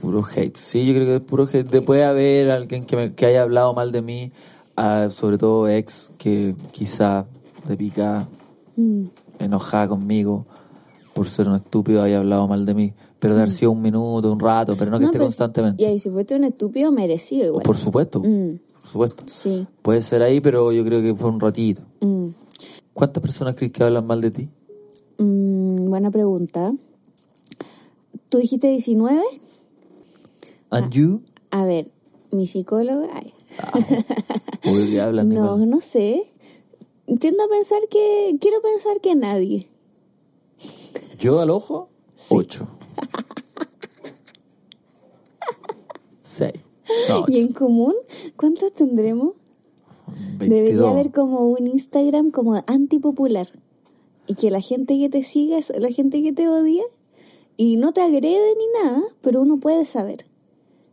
Speaker 2: Puro hate, sí, yo creo que es puro hate. De- Puede haber alguien que, me- que haya hablado mal de mí, ah, sobre todo ex, que quizá de pica
Speaker 3: Mm.
Speaker 2: enojada conmigo por ser un estúpido haya hablado mal de mí, pero de haber sido un minuto, un rato, pero no que esté
Speaker 3: Mm. pero-
Speaker 2: constantemente.
Speaker 3: pues, Y ahí, si fuiste un estúpido, merecido igual.
Speaker 2: Por supuesto,
Speaker 3: Mm,
Speaker 2: por supuesto.
Speaker 3: sí.
Speaker 2: Puede ser ahí, pero yo creo que fue un ratito.
Speaker 3: Mm.
Speaker 2: ¿Cuántas personas crees que hablan mal de ti?
Speaker 3: Mm, buena pregunta. ¿Tú dijiste 19? Ah.
Speaker 2: ¿And you?
Speaker 3: A ver, mi psicóloga... ay.
Speaker 2: Obvio que hablan ni
Speaker 3: No,
Speaker 2: mal.
Speaker 3: no sé. Tiendo a pensar que... Quiero pensar que nadie.
Speaker 2: Yo al ojo, ocho. Seis. No, ocho.
Speaker 3: ¿Y en común? ¿Cuántos tendremos? Debería
Speaker 2: 22.
Speaker 3: haber como un Instagram como antipopular. Y que la gente que te siga es la gente que te odia. Y no te agrede ni nada, pero uno puede saber.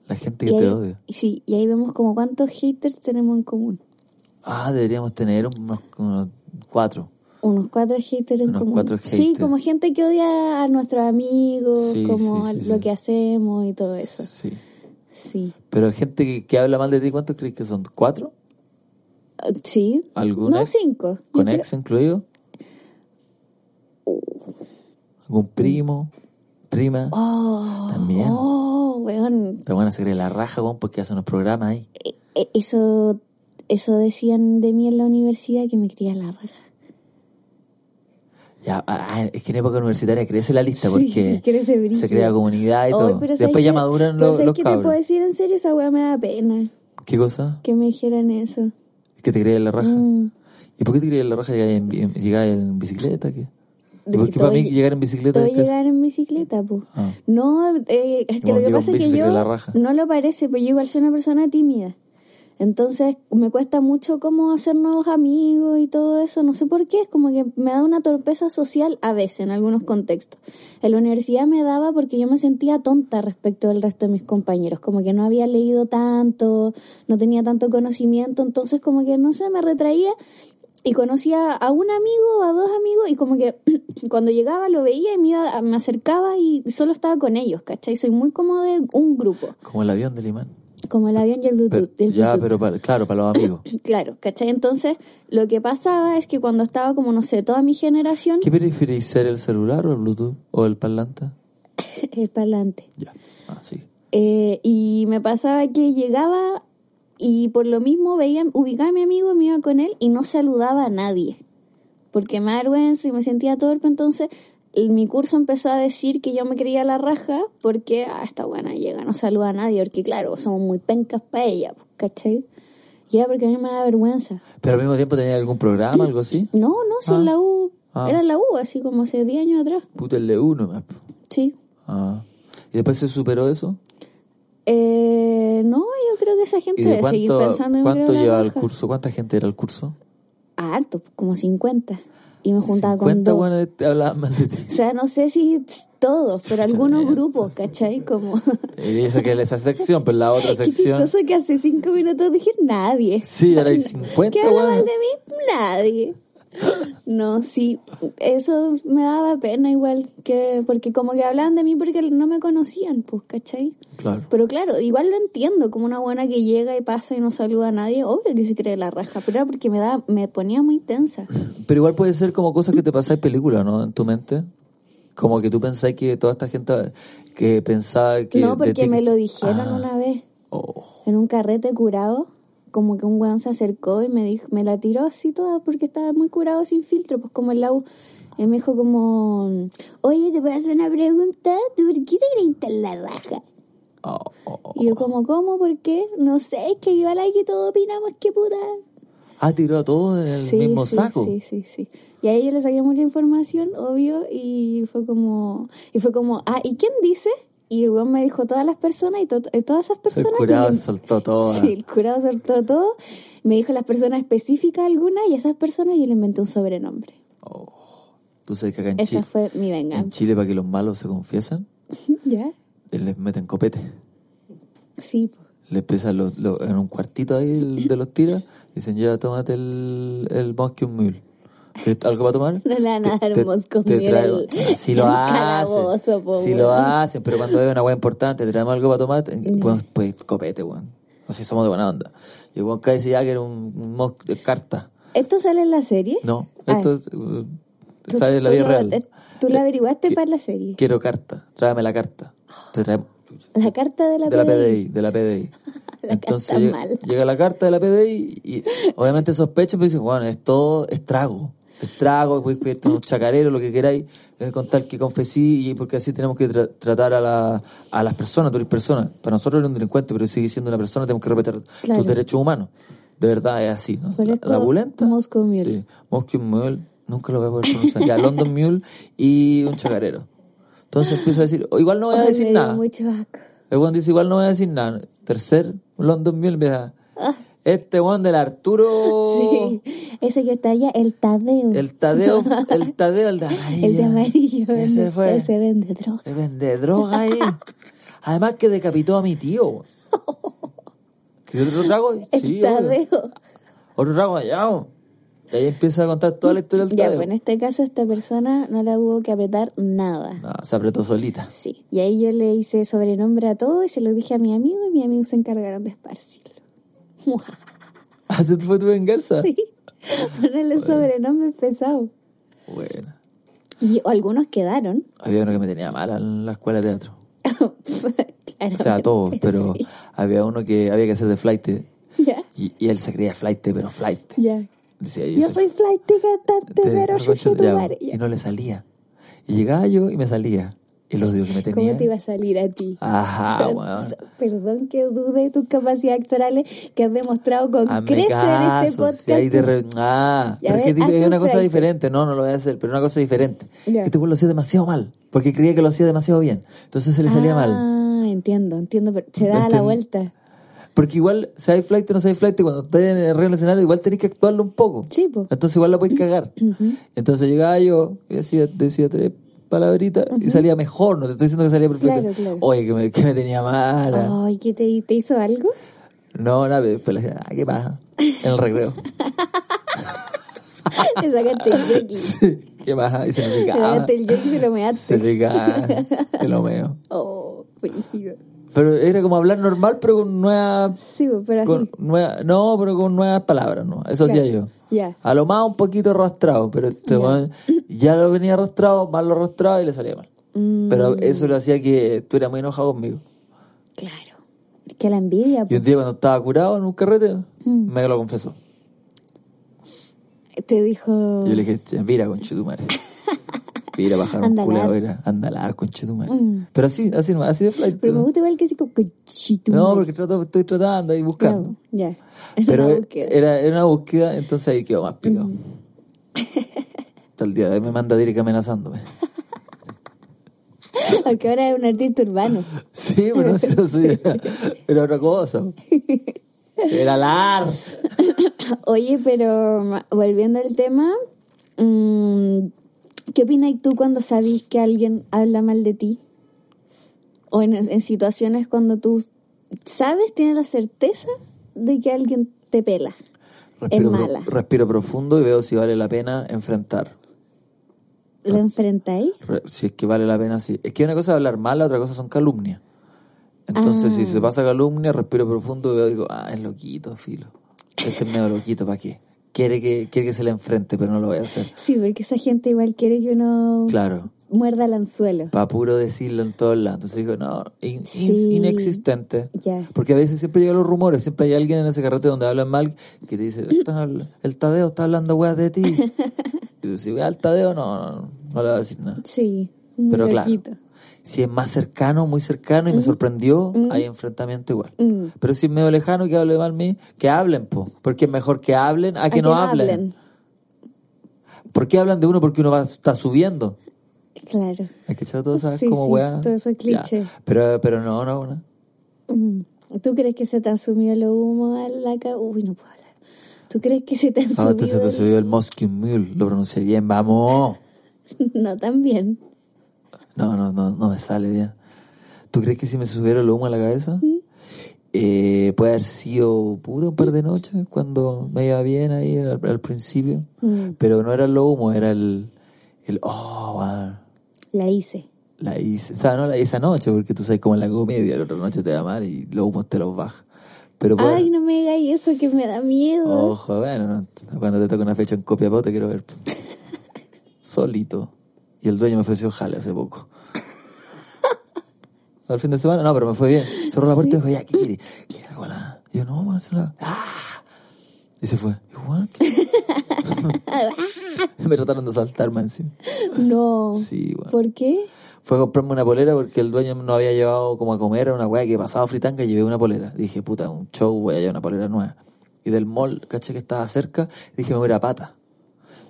Speaker 2: La gente
Speaker 3: Y
Speaker 2: que
Speaker 3: ahí-
Speaker 2: te odia.
Speaker 3: Sí, y ahí vemos como cuántos haters tenemos en común.
Speaker 2: Ah, deberíamos tener unos, unos cuatro.
Speaker 3: Unos cuatro haters en
Speaker 2: Unos
Speaker 3: común.
Speaker 2: cuatro
Speaker 3: Sí,
Speaker 2: haters.
Speaker 3: como gente que odia a nuestros amigos,
Speaker 2: Sí,
Speaker 3: como
Speaker 2: sí,
Speaker 3: a
Speaker 2: sí,
Speaker 3: lo
Speaker 2: sí.
Speaker 3: que hacemos y todo eso.
Speaker 2: Sí.
Speaker 3: Sí.
Speaker 2: Pero gente que, que habla mal de ti, ¿cuántos crees que son? ¿Cuatro?
Speaker 3: Eh, Sí.
Speaker 2: ¿Algún
Speaker 3: No,
Speaker 2: ex?
Speaker 3: cinco. Yo
Speaker 2: ¿Con
Speaker 3: creo-
Speaker 2: ex incluido? ¿Algún primo? ¿Prima?
Speaker 3: Oh,
Speaker 2: También.
Speaker 3: oh, weón.
Speaker 2: Te van a sacar la raja, weón, porque hacen unos programas ahí.
Speaker 3: E- e- Eso, eso decían de mí en la universidad que me creía la raja.
Speaker 2: Ya, ah, es que en época universitaria crece la lista
Speaker 3: Sí,
Speaker 2: porque
Speaker 3: sí, crece brígido.
Speaker 2: se crea comunidad y
Speaker 3: Ay,
Speaker 2: todo.
Speaker 3: pero
Speaker 2: Después
Speaker 3: ¿sabes
Speaker 2: ya
Speaker 3: qué?
Speaker 2: maduran
Speaker 3: Pero
Speaker 2: los,
Speaker 3: ¿sabes
Speaker 2: los
Speaker 3: qué te
Speaker 2: cabros.
Speaker 3: puedo decir en serio? Esa weá me da pena
Speaker 2: ¿Qué cosa?
Speaker 3: que me dijeran eso.
Speaker 2: ¿Es que te crees la raja?
Speaker 3: Mm.
Speaker 2: ¿Y por qué te crees la raja llegar en, en- llegar en bicicleta? ¿Qué?
Speaker 3: De
Speaker 2: ¿Por
Speaker 3: que
Speaker 2: qué para
Speaker 3: todo
Speaker 2: mí
Speaker 3: lle-
Speaker 2: llegar en bicicleta
Speaker 3: Todo
Speaker 2: es casi-
Speaker 3: llegar en bicicleta, pues.
Speaker 2: Ah.
Speaker 3: No, eh, es que
Speaker 2: Como
Speaker 3: lo que
Speaker 2: digo,
Speaker 3: pasa
Speaker 2: un
Speaker 3: es
Speaker 2: bici
Speaker 3: que
Speaker 2: se
Speaker 3: yo
Speaker 2: cree la raja.
Speaker 3: no lo parece, pues yo igual soy una persona tímida. Entonces me cuesta mucho cómo hacer nuevos amigos y todo eso, no sé por qué, es como que me da una torpeza social a veces en algunos contextos. En la universidad me daba porque yo me sentía tonta respecto del resto de mis compañeros, como que no había leído tanto, no tenía tanto conocimiento, entonces como que no sé, me retraía y conocía a un amigo o a dos amigos y como que cuando llegaba lo veía y me, iba- me acercaba y solo estaba con ellos, ¿cachai? Soy muy como de un grupo,
Speaker 2: Como el avión del imán.
Speaker 3: como el avión y el
Speaker 2: Pero-
Speaker 3: Bluetooth. el
Speaker 2: ya,
Speaker 3: Bluetooth.
Speaker 2: pero para- claro, para los amigos.
Speaker 3: Claro, ¿cachai? Entonces lo que pasaba es que cuando estaba como, no sé, toda mi generación,
Speaker 2: ¿Qué preferís ser, el celular o el Bluetooth o el parlante?
Speaker 3: el parlante.
Speaker 2: Ya, ah, sí.
Speaker 3: Eh, y me pasaba que llegaba y por lo mismo veía, ubicaba a mi amigo, me iba con él y no saludaba a nadie. Porque me daba vergüenza y me sentía torpe. Entonces el- mi curso empezó a decir que yo me creía la raja porque, ah, esta buena llega, no saluda a nadie. Porque claro, somos muy pencas para ella, pues, ¿cachai? Y era porque a mí me da vergüenza.
Speaker 2: Pero al mismo tiempo tenía algún programa, algo así.
Speaker 3: No, no, si
Speaker 2: Ah.
Speaker 3: en la U,
Speaker 2: Ah.
Speaker 3: era en la U, así como hace 10 años atrás.
Speaker 2: Puta, el de uno. más.
Speaker 3: Sí.
Speaker 2: Ah. ¿Y después se superó eso?
Speaker 3: Eh, no, yo creo que esa gente
Speaker 2: ¿Y de
Speaker 3: debe seguir
Speaker 2: cuánto,
Speaker 3: pensando en
Speaker 2: cuánto
Speaker 3: creer la
Speaker 2: llevaba el
Speaker 3: raja.
Speaker 2: curso? ¿Cuánta gente era el curso?
Speaker 3: Ah, harto, pues, como 50. Y me juntaba con
Speaker 2: 50
Speaker 3: dos.
Speaker 2: buenas te hablaban mal de ti.
Speaker 3: O sea, no sé si t- todos, pero
Speaker 2: Chucha,
Speaker 3: algunos
Speaker 2: mierda.
Speaker 3: grupos, ¿cachai? Como...
Speaker 2: Y eso que era esa sección, pero la otra
Speaker 3: Qué
Speaker 2: sección.
Speaker 3: chistoso que hace cinco minutos dije nadie.
Speaker 2: Sí, ahora hay
Speaker 3: ¿Qué
Speaker 2: 50
Speaker 3: habla
Speaker 2: buenas.
Speaker 3: mal de mí? Nadie. No, sí, eso me daba pena igual, que porque como que hablaban de mí porque no me conocían, pues, ¿cachai?
Speaker 2: Claro.
Speaker 3: Pero claro, igual lo entiendo, como una buena que llega y pasa y no saluda a nadie, obvio que se cree la raja, pero era porque me, da, me ponía muy tensa.
Speaker 2: Pero igual puede ser como cosas que te pasan en película, ¿no? En tu mente. Como que tú pensás que toda esta gente que pensaba que...
Speaker 3: No,
Speaker 2: de
Speaker 3: porque
Speaker 2: ti-
Speaker 3: me lo dijeron
Speaker 2: Ah.
Speaker 3: una vez
Speaker 2: Oh.
Speaker 3: en un carrete curado, como que un weón se acercó y me dijo, me la tiró así toda porque estaba muy curado sin filtro, pues como el lau. Y me dijo como, oye, te voy a hacer una pregunta, ¿tú por qué te gritas la raja?
Speaker 2: Oh, oh, oh.
Speaker 3: Y yo como, ¿cómo? ¿Por qué? No sé, es que igual aquí todos opinamos, qué puta.
Speaker 2: Ah, tiró a todos en el
Speaker 3: Sí,
Speaker 2: mismo
Speaker 3: sí,
Speaker 2: saco.
Speaker 3: Sí, sí, sí. Y ahí yo le saqué mucha información, obvio, y fue como, y fue como, ah, ¿y quién dice? Y el weón me dijo todas las personas y, to- y todas esas personas.
Speaker 2: El curado
Speaker 3: y-
Speaker 2: soltó todo.
Speaker 3: Sí, el curado soltó todo. Me dijo las personas específicas algunas y a esas personas yo le inventé un sobrenombre.
Speaker 2: Tú sabes que acá en
Speaker 3: Esa
Speaker 2: Chile,
Speaker 3: fue mi
Speaker 2: en
Speaker 3: venganza.
Speaker 2: Chile para que los malos se confiesan,
Speaker 3: ¿Ya?
Speaker 2: les meten copete.
Speaker 3: Sí. po.
Speaker 2: Le pesan los- los- en un cuartito ahí el de los tiras. Dicen, ya, tómate el, el Moscow Mule. ¿Quieres algo para tomar?
Speaker 3: No le van a dar
Speaker 2: Te-
Speaker 3: moscón
Speaker 2: te
Speaker 3: miel
Speaker 2: traigo-
Speaker 3: al-
Speaker 2: Si lo
Speaker 3: al
Speaker 2: hacen.
Speaker 3: calabozo, po,
Speaker 2: Si lo
Speaker 3: weón.
Speaker 2: hacen, pero cuando es una weá importante, te traemos algo para tomar, te- pues, pues copete, weón. No sé, somos de buena onda. Y el weón acá dice ya que era un, un mos- eh, carta.
Speaker 3: ¿Esto sale en la serie?
Speaker 2: No,
Speaker 3: Ah,
Speaker 2: esto es, eh,
Speaker 3: tú-
Speaker 2: sale en la
Speaker 3: tú
Speaker 2: vida
Speaker 3: lo-
Speaker 2: real.
Speaker 3: Tú lo
Speaker 2: Eh,
Speaker 3: averiguaste
Speaker 2: que-
Speaker 3: para la serie.
Speaker 2: Quiero carta, tráeme la carta. Te traemos
Speaker 3: La carta de la,
Speaker 2: de la
Speaker 3: PDI.
Speaker 2: PDI, de la PDI.
Speaker 3: La
Speaker 2: Entonces
Speaker 3: carta
Speaker 2: llega,
Speaker 3: mala.
Speaker 2: llega la carta de la PDI y obviamente sospecho, pero dice, bueno, es todo, es trago. Es trago, puedes pedirte unos chacareros, lo que queráis, eh, con tal que confesí, y porque así tenemos que tra- tratar a, la- a las personas, tú eres persona. Para nosotros eres un delincuente, pero sigue siendo una persona, tenemos que respetar
Speaker 3: Claro.
Speaker 2: tus derechos humanos. De verdad es así, ¿no?
Speaker 3: Por
Speaker 2: La,
Speaker 3: eso
Speaker 2: la bulenta.
Speaker 3: Moscow Mule.
Speaker 2: Sí, Moscow Mule, nunca lo voy a poder pronunciar. Ya, London Mule y un chacarero. Entonces empiezo a decir, o igual no voy a
Speaker 3: Ay,
Speaker 2: decir
Speaker 3: me dio
Speaker 2: nada.
Speaker 3: mucho asco.
Speaker 2: El weón dice, igual no voy a decir nada. Tercer, London Mule, mira. Este weón del Arturo.
Speaker 3: Ah. Sí. Ese que está allá, el Tadeo.
Speaker 2: El Tadeo, el Tadeo, el de amarillo.
Speaker 3: El de amarillo.
Speaker 2: Ese
Speaker 3: vende-
Speaker 2: fue.
Speaker 3: Ese vende droga.
Speaker 2: El vende droga ahí. Además que decapitó a mi tío. ¿Quieres otro trago?
Speaker 3: El
Speaker 2: Sí, obvio.
Speaker 3: Tadeo.
Speaker 2: Otro trago allá. weón. Y ahí empieza a contar toda la historia del
Speaker 3: Ya,
Speaker 2: Tadeo.
Speaker 3: pues en este caso, esta persona no la hubo que apretar nada.
Speaker 2: No, se apretó solita.
Speaker 3: Sí. Y ahí yo le hice sobrenombre a todo y se lo dije a mi amigo y mis amigos se encargaron de esparcirlo.
Speaker 2: ¿Así fue tu venganza?
Speaker 3: Sí. Ponerle sobrenombre pesado.
Speaker 2: Bueno.
Speaker 3: Y algunos quedaron.
Speaker 2: Había uno que me tenía mala en la escuela de teatro.
Speaker 3: Claro.
Speaker 2: O sea, a todos, pero había uno que había que hacer de flight
Speaker 3: Ya,
Speaker 2: y, y él se creía flight, pero flight.
Speaker 3: ya.
Speaker 2: Decía,
Speaker 3: Yo soy flight cantante, pero yo soy tu
Speaker 2: ya,
Speaker 3: madre.
Speaker 2: Y
Speaker 3: Ya.
Speaker 2: no le salía. Y llegaba yo y me salía. El odio que me tenía.
Speaker 3: ¿Cómo te iba a salir a ti?
Speaker 2: Ajá,
Speaker 3: Pero,
Speaker 2: weón.
Speaker 3: Perdón que dude de tus capacidades actorales que has demostrado con creces en este
Speaker 2: Amigazos,
Speaker 3: podcast.
Speaker 2: y Ah, ahí de re- Ah,
Speaker 3: Ya
Speaker 2: pero es
Speaker 3: ves,
Speaker 2: que
Speaker 3: hazte
Speaker 2: es
Speaker 3: un
Speaker 2: una cosa
Speaker 3: flight.
Speaker 2: diferente. No, no lo voy a hacer, pero una cosa diferente.
Speaker 3: Ya.
Speaker 2: Este weón lo hacía demasiado mal, porque creía que lo hacía demasiado bien. Entonces se le salía mal.
Speaker 3: Ah, entiendo, entiendo. Pero se da la
Speaker 2: Entend-
Speaker 3: vuelta.
Speaker 2: Porque igual, si hay flight o no si hay flight, cuando estás en el, re- en el escenario, igual tenés que actuarlo un poco.
Speaker 3: Sí, po.
Speaker 2: Entonces igual la podés cagar. Entonces llegaba yo, y decía, decía tres palabritas y salía mejor. No te estoy diciendo que salía perfecto.
Speaker 3: Claro, claro.
Speaker 2: Oye, que me, que me tenía mala.
Speaker 3: Ay, ¿qué te, te hizo algo?
Speaker 2: No, nada, pero después le decía, ah, ¿qué pasa? En el recreo.
Speaker 3: Te sacaste el yoki.
Speaker 2: Sí, ¿qué pasa? Y se me
Speaker 3: Te
Speaker 2: picaba.
Speaker 3: sacaste el yoki y se lo
Speaker 2: Se
Speaker 3: measte.
Speaker 2: me picaba. Te lo meo.
Speaker 3: Oh, frígido.
Speaker 2: Pero era como hablar normal, pero con nuevas...
Speaker 3: Sí, po, pero así.
Speaker 2: Con nueva- no, pero con nuevas palabras, ¿no? Eso
Speaker 3: Claro.
Speaker 2: hacía yo.
Speaker 3: Ya.
Speaker 2: A lo más un poquito arrastrado, pero este weón ya lo venía arrastrado, mal lo arrastraba y le salía mal.
Speaker 3: Mm.
Speaker 2: Pero eso le hacía que tú eras muy enojado conmigo.
Speaker 3: Claro. Que la envidia,
Speaker 2: Y un día cuando estaba curado en un carrete,
Speaker 3: Mm.
Speaker 2: me lo confesó.
Speaker 3: po. pues, te dijo.
Speaker 2: Y yo le dije, "Che, mira conchetumare. Mira, bajar un
Speaker 3: Anda
Speaker 2: culo
Speaker 3: lar.
Speaker 2: ahora. Andalar, conchetumare. Pero así, así nomás, así de flight.
Speaker 3: Pero me gusta igual que así como que chito.
Speaker 2: No, porque trato- estoy tratando y buscando.
Speaker 3: Ya, ya.
Speaker 2: Pero e-,
Speaker 3: Una búsqueda.
Speaker 2: era, era una búsqueda, entonces ahí quedó más picado. Hasta el día de hoy me manda directamente amenazándome.
Speaker 3: Porque ahora es un artista urbano.
Speaker 2: Sí, pero si no soy, era, era otra cosa. Era lar.
Speaker 3: Oye, pero ma- volviendo al tema, mm, ¿qué opinas tú cuando sabes que alguien habla mal de ti? O en, en situaciones cuando tú sabes, tienes la certeza de que alguien te pela.
Speaker 2: Respiro, pro-
Speaker 3: mala.
Speaker 2: respiro profundo y veo si vale la pena enfrentar. Ah.
Speaker 3: ¿Lo enfrentáis?
Speaker 2: Re- Si es que vale la pena, sí. Es que una cosa es hablar mal, la otra cosa son calumnias. Entonces, si se pasa calumnia, respiro profundo y veo, digo, ah, es loquito, filo. Este es medio loquito, ¿para qué? Quiere que, quiere que se le enfrente, pero no lo voy a hacer.
Speaker 3: Sí, porque esa gente igual quiere que uno
Speaker 2: Claro.
Speaker 3: muerda el anzuelo.
Speaker 2: Para puro decirlo en todos lados. Entonces digo, no, in-
Speaker 3: Sí.
Speaker 2: in- inexistente.
Speaker 3: Ya.
Speaker 2: Porque a veces siempre llegan los rumores, siempre hay alguien en ese carrete donde hablan mal que te dice, "Estás habl- el Tadeo está hablando weas de ti. y tú, si ve al Tadeo, no, no, no, no le voy a decir nada.
Speaker 3: Sí, muy
Speaker 2: Pero
Speaker 3: loquito. Mm.
Speaker 2: claro, si es más cercano, muy cercano y me sorprendió, hay enfrentamiento igual. Pero si es medio lejano que hable mal mí, que hablen, po. Porque es mejor que hablen a que no hablen. ¿Por qué hablan de uno? Porque uno va, está subiendo.
Speaker 3: Claro.
Speaker 2: Hay que echar todas esas
Speaker 3: Sí,
Speaker 2: como
Speaker 3: sí,
Speaker 2: weas.
Speaker 3: todos esos
Speaker 2: Ya.
Speaker 3: clichés.
Speaker 2: Pero, pero no, no, no.
Speaker 3: Mm. ¿Tú crees que se te han sumido el humo a la ca- Uy, no puedo hablar. ¿Tú crees que se te han
Speaker 2: Ah, este se
Speaker 3: sumido?
Speaker 2: te
Speaker 3: el-
Speaker 2: subió el Moscow Mule. Lo pronuncié bien, vamos.
Speaker 3: No, también.
Speaker 2: No, no, no, no me sale bien. ¿Tú crees que si me subiera el humo a la cabeza? Eh, puede haber sido puta un par de noches cuando me iba bien ahí al, al principio.
Speaker 3: Mm,
Speaker 2: Pero no era el lo humo, era el, el oh, weón,
Speaker 3: la hice.
Speaker 2: La hice. O sea, no la hice anoche, porque tú sabes cómo en la comedia, la otra noche te va mal y los humos te los baja. Pero puede-
Speaker 3: Ay, no me digáis eso que me da miedo.
Speaker 2: Ojo, bueno, no, cuando te toca una fecha en copia, te quiero ver. Solito. Y el dueño me ofreció jale hace poco. Al fin de semana, no, pero me fue bien. Cerró la puerta y dijo, ya, ¿qué quiere? ¿Quiere algo a la-?" Y yo, no, weón, se la... ¡Ah! Y se fue. Y yo, "Weón, ¿qué-" me trataron de saltar, man, sí.
Speaker 3: No.
Speaker 2: Sí, weón.
Speaker 3: ¿Por qué?
Speaker 2: Fue a comprarme una polera porque el dueño no había llevado como a comer, era una weá que pasaba fritanga y llevé una polera. Dije, puta, un show, voy a llevar una polera nueva. Y del mall, caché que estaba cerca, dije, me voy a ir a pata.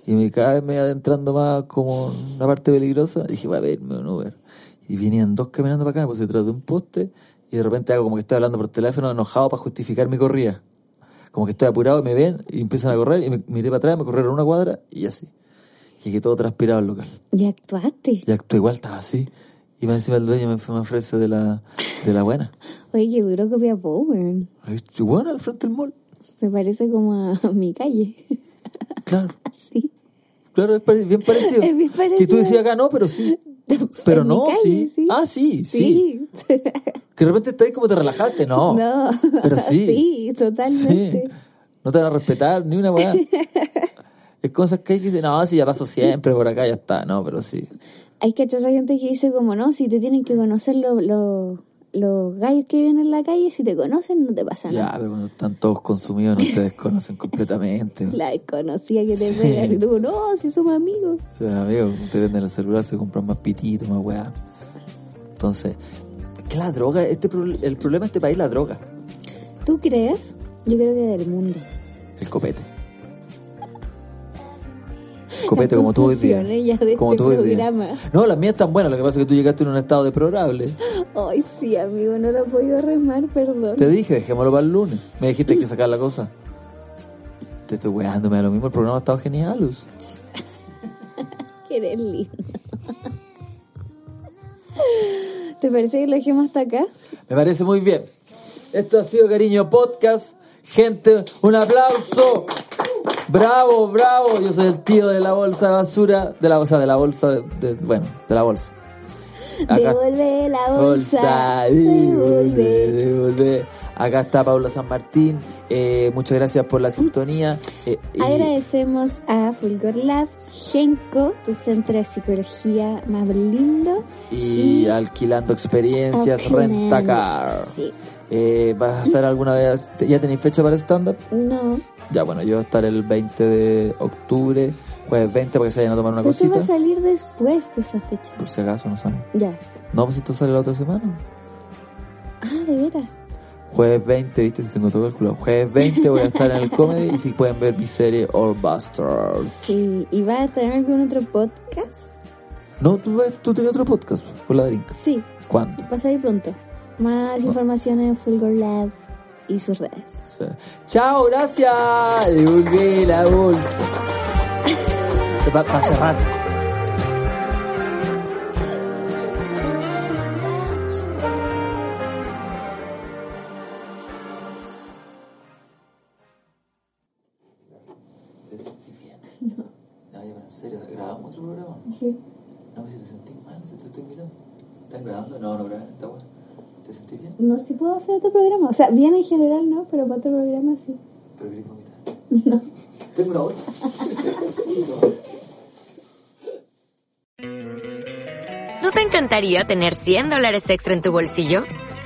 Speaker 2: Y me cada vez me iba adentrando más como en una parte peligrosa, dije, voy a pedirme un Uber. Y venían dos caminando para acá, pues detrás de un poste, y de repente hago como que estoy hablando por teléfono enojado para justificar mi corrida. Como que estoy apurado y me ven y empiezan a correr, y me miré para atrás, me corrieron una cuadra y así. Llegué todo transpirado al local.
Speaker 3: ¿Ya actuaste?
Speaker 2: Y actué igual, estaba así. Y más encima el dueño me, me ofrece de la, de la buena.
Speaker 3: Oye, qué duro copia Bowen.
Speaker 2: Y bueno, al frente del mall.
Speaker 3: Se parece como a mi calle.
Speaker 2: Claro,
Speaker 3: Sí.
Speaker 2: claro, es pare- bien parecido.
Speaker 3: Es bien parecido.
Speaker 2: Que tú decías acá no, pero sí. Pero
Speaker 3: En
Speaker 2: no,
Speaker 3: mi calle,
Speaker 2: sí. Ah, sí, sí.
Speaker 3: Sí.
Speaker 2: Que de repente estás ahí como te relajaste, no.
Speaker 3: No.
Speaker 2: Pero sí.
Speaker 3: Sí, totalmente.
Speaker 2: Sí. No te van a respetar ni una weá. es cosas que hay que decir, no, sí, ya paso siempre por acá, ya está. No, pero sí.
Speaker 3: Hay que esa gente que dice como no, si te tienen que conocer lo- lo- los gallos que viven en la calle, si te conocen no te pasa
Speaker 2: Ya,
Speaker 3: nada.
Speaker 2: pero cuando están todos consumidos no te desconocen completamente.
Speaker 3: La desconocida que te
Speaker 2: Sí.
Speaker 3: pega y tú, no, si somos amigos.
Speaker 2: O sea, amigo, te venden el celular, se compran más pititos, más weá. Entonces, es que la droga, este pro- el problema de este país es la droga.
Speaker 3: ¿Tú crees? Yo creo que del mundo.
Speaker 2: El copete. El copete como tú hoy día.
Speaker 3: conclusiones ya de
Speaker 2: Como
Speaker 3: este
Speaker 2: tú hoy día.
Speaker 3: programa.
Speaker 2: No, las mías están buenas, lo que pasa es que tú llegaste en un estado deplorable.
Speaker 3: Ay, sí, amigo, no lo he podido remar, perdón.
Speaker 2: Te dije, dejémoslo para el lunes. Me dijiste que sacar la cosa. Te estoy weando, me da lo mismo, el programa ha estado genial, Luz.
Speaker 3: Que eres lindo. ¿Te parece que lo dejemos hasta acá?
Speaker 2: Me parece muy bien. Esto ha sido Cariño Podcast. Gente, un aplauso. Bravo, bravo. Yo soy el tío de la bolsa de basura. De la bolsa, de la bolsa, de, de- bueno, de la bolsa. Acá-
Speaker 3: Devuelve la bolsa.
Speaker 2: bolsa, devuelve, devuelve. Acá está Paula San Martín. Eh, muchas gracias por la sintonía. Eh, y-
Speaker 3: Agradecemos a Fulgor Lab, Genco, tu centro de psicología más lindo.
Speaker 2: y alquilando experiencias, renta car.
Speaker 3: Sí.
Speaker 2: Eh, ¿Vas a estar alguna vez? ¿Ya tenéis fecha para stand-up?
Speaker 3: No.
Speaker 2: Ya, bueno, yo voy a estar el 20 de octubre, jueves 20, para que se vayan a tomar una
Speaker 3: Pero esto va
Speaker 2: cosita.
Speaker 3: a salir después de esa fecha.
Speaker 2: Por si acaso, no saben.
Speaker 3: Ya.
Speaker 2: No, pues esto sale la otra semana.
Speaker 3: Ah, de veras.
Speaker 2: Jueves 20, viste, si tengo todo calculado. Jueves 20 voy a estar en el comedy y si pueden ver mi serie All Busters.
Speaker 3: Sí. ¿Y vas a tener algún otro podcast?
Speaker 2: No, tú, ves- tú tenías otro podcast pues, por la drink.
Speaker 3: Sí.
Speaker 2: ¿Cuándo?
Speaker 3: Va a salir pronto. Más información en Fulgor Lab y sus redes.
Speaker 2: O sea, Chao, gracias. Devolví la bolsa. Para cerrar. No, yo en serio, grabamos otro programa.
Speaker 3: Sí.
Speaker 2: No, si te sentís mal, si te estoy mirando. ¿Estás grabando? No, no grabé, está bueno. ¿Te sentís bien?
Speaker 3: No sé si puedo hacer otro programa. O sea, bien en general no, pero para otro programa sí.
Speaker 2: Pero querés vomitar. No. Tengo una bolsa.
Speaker 5: ¿No te encantaría tener 100 dólares extra en tu bolsillo?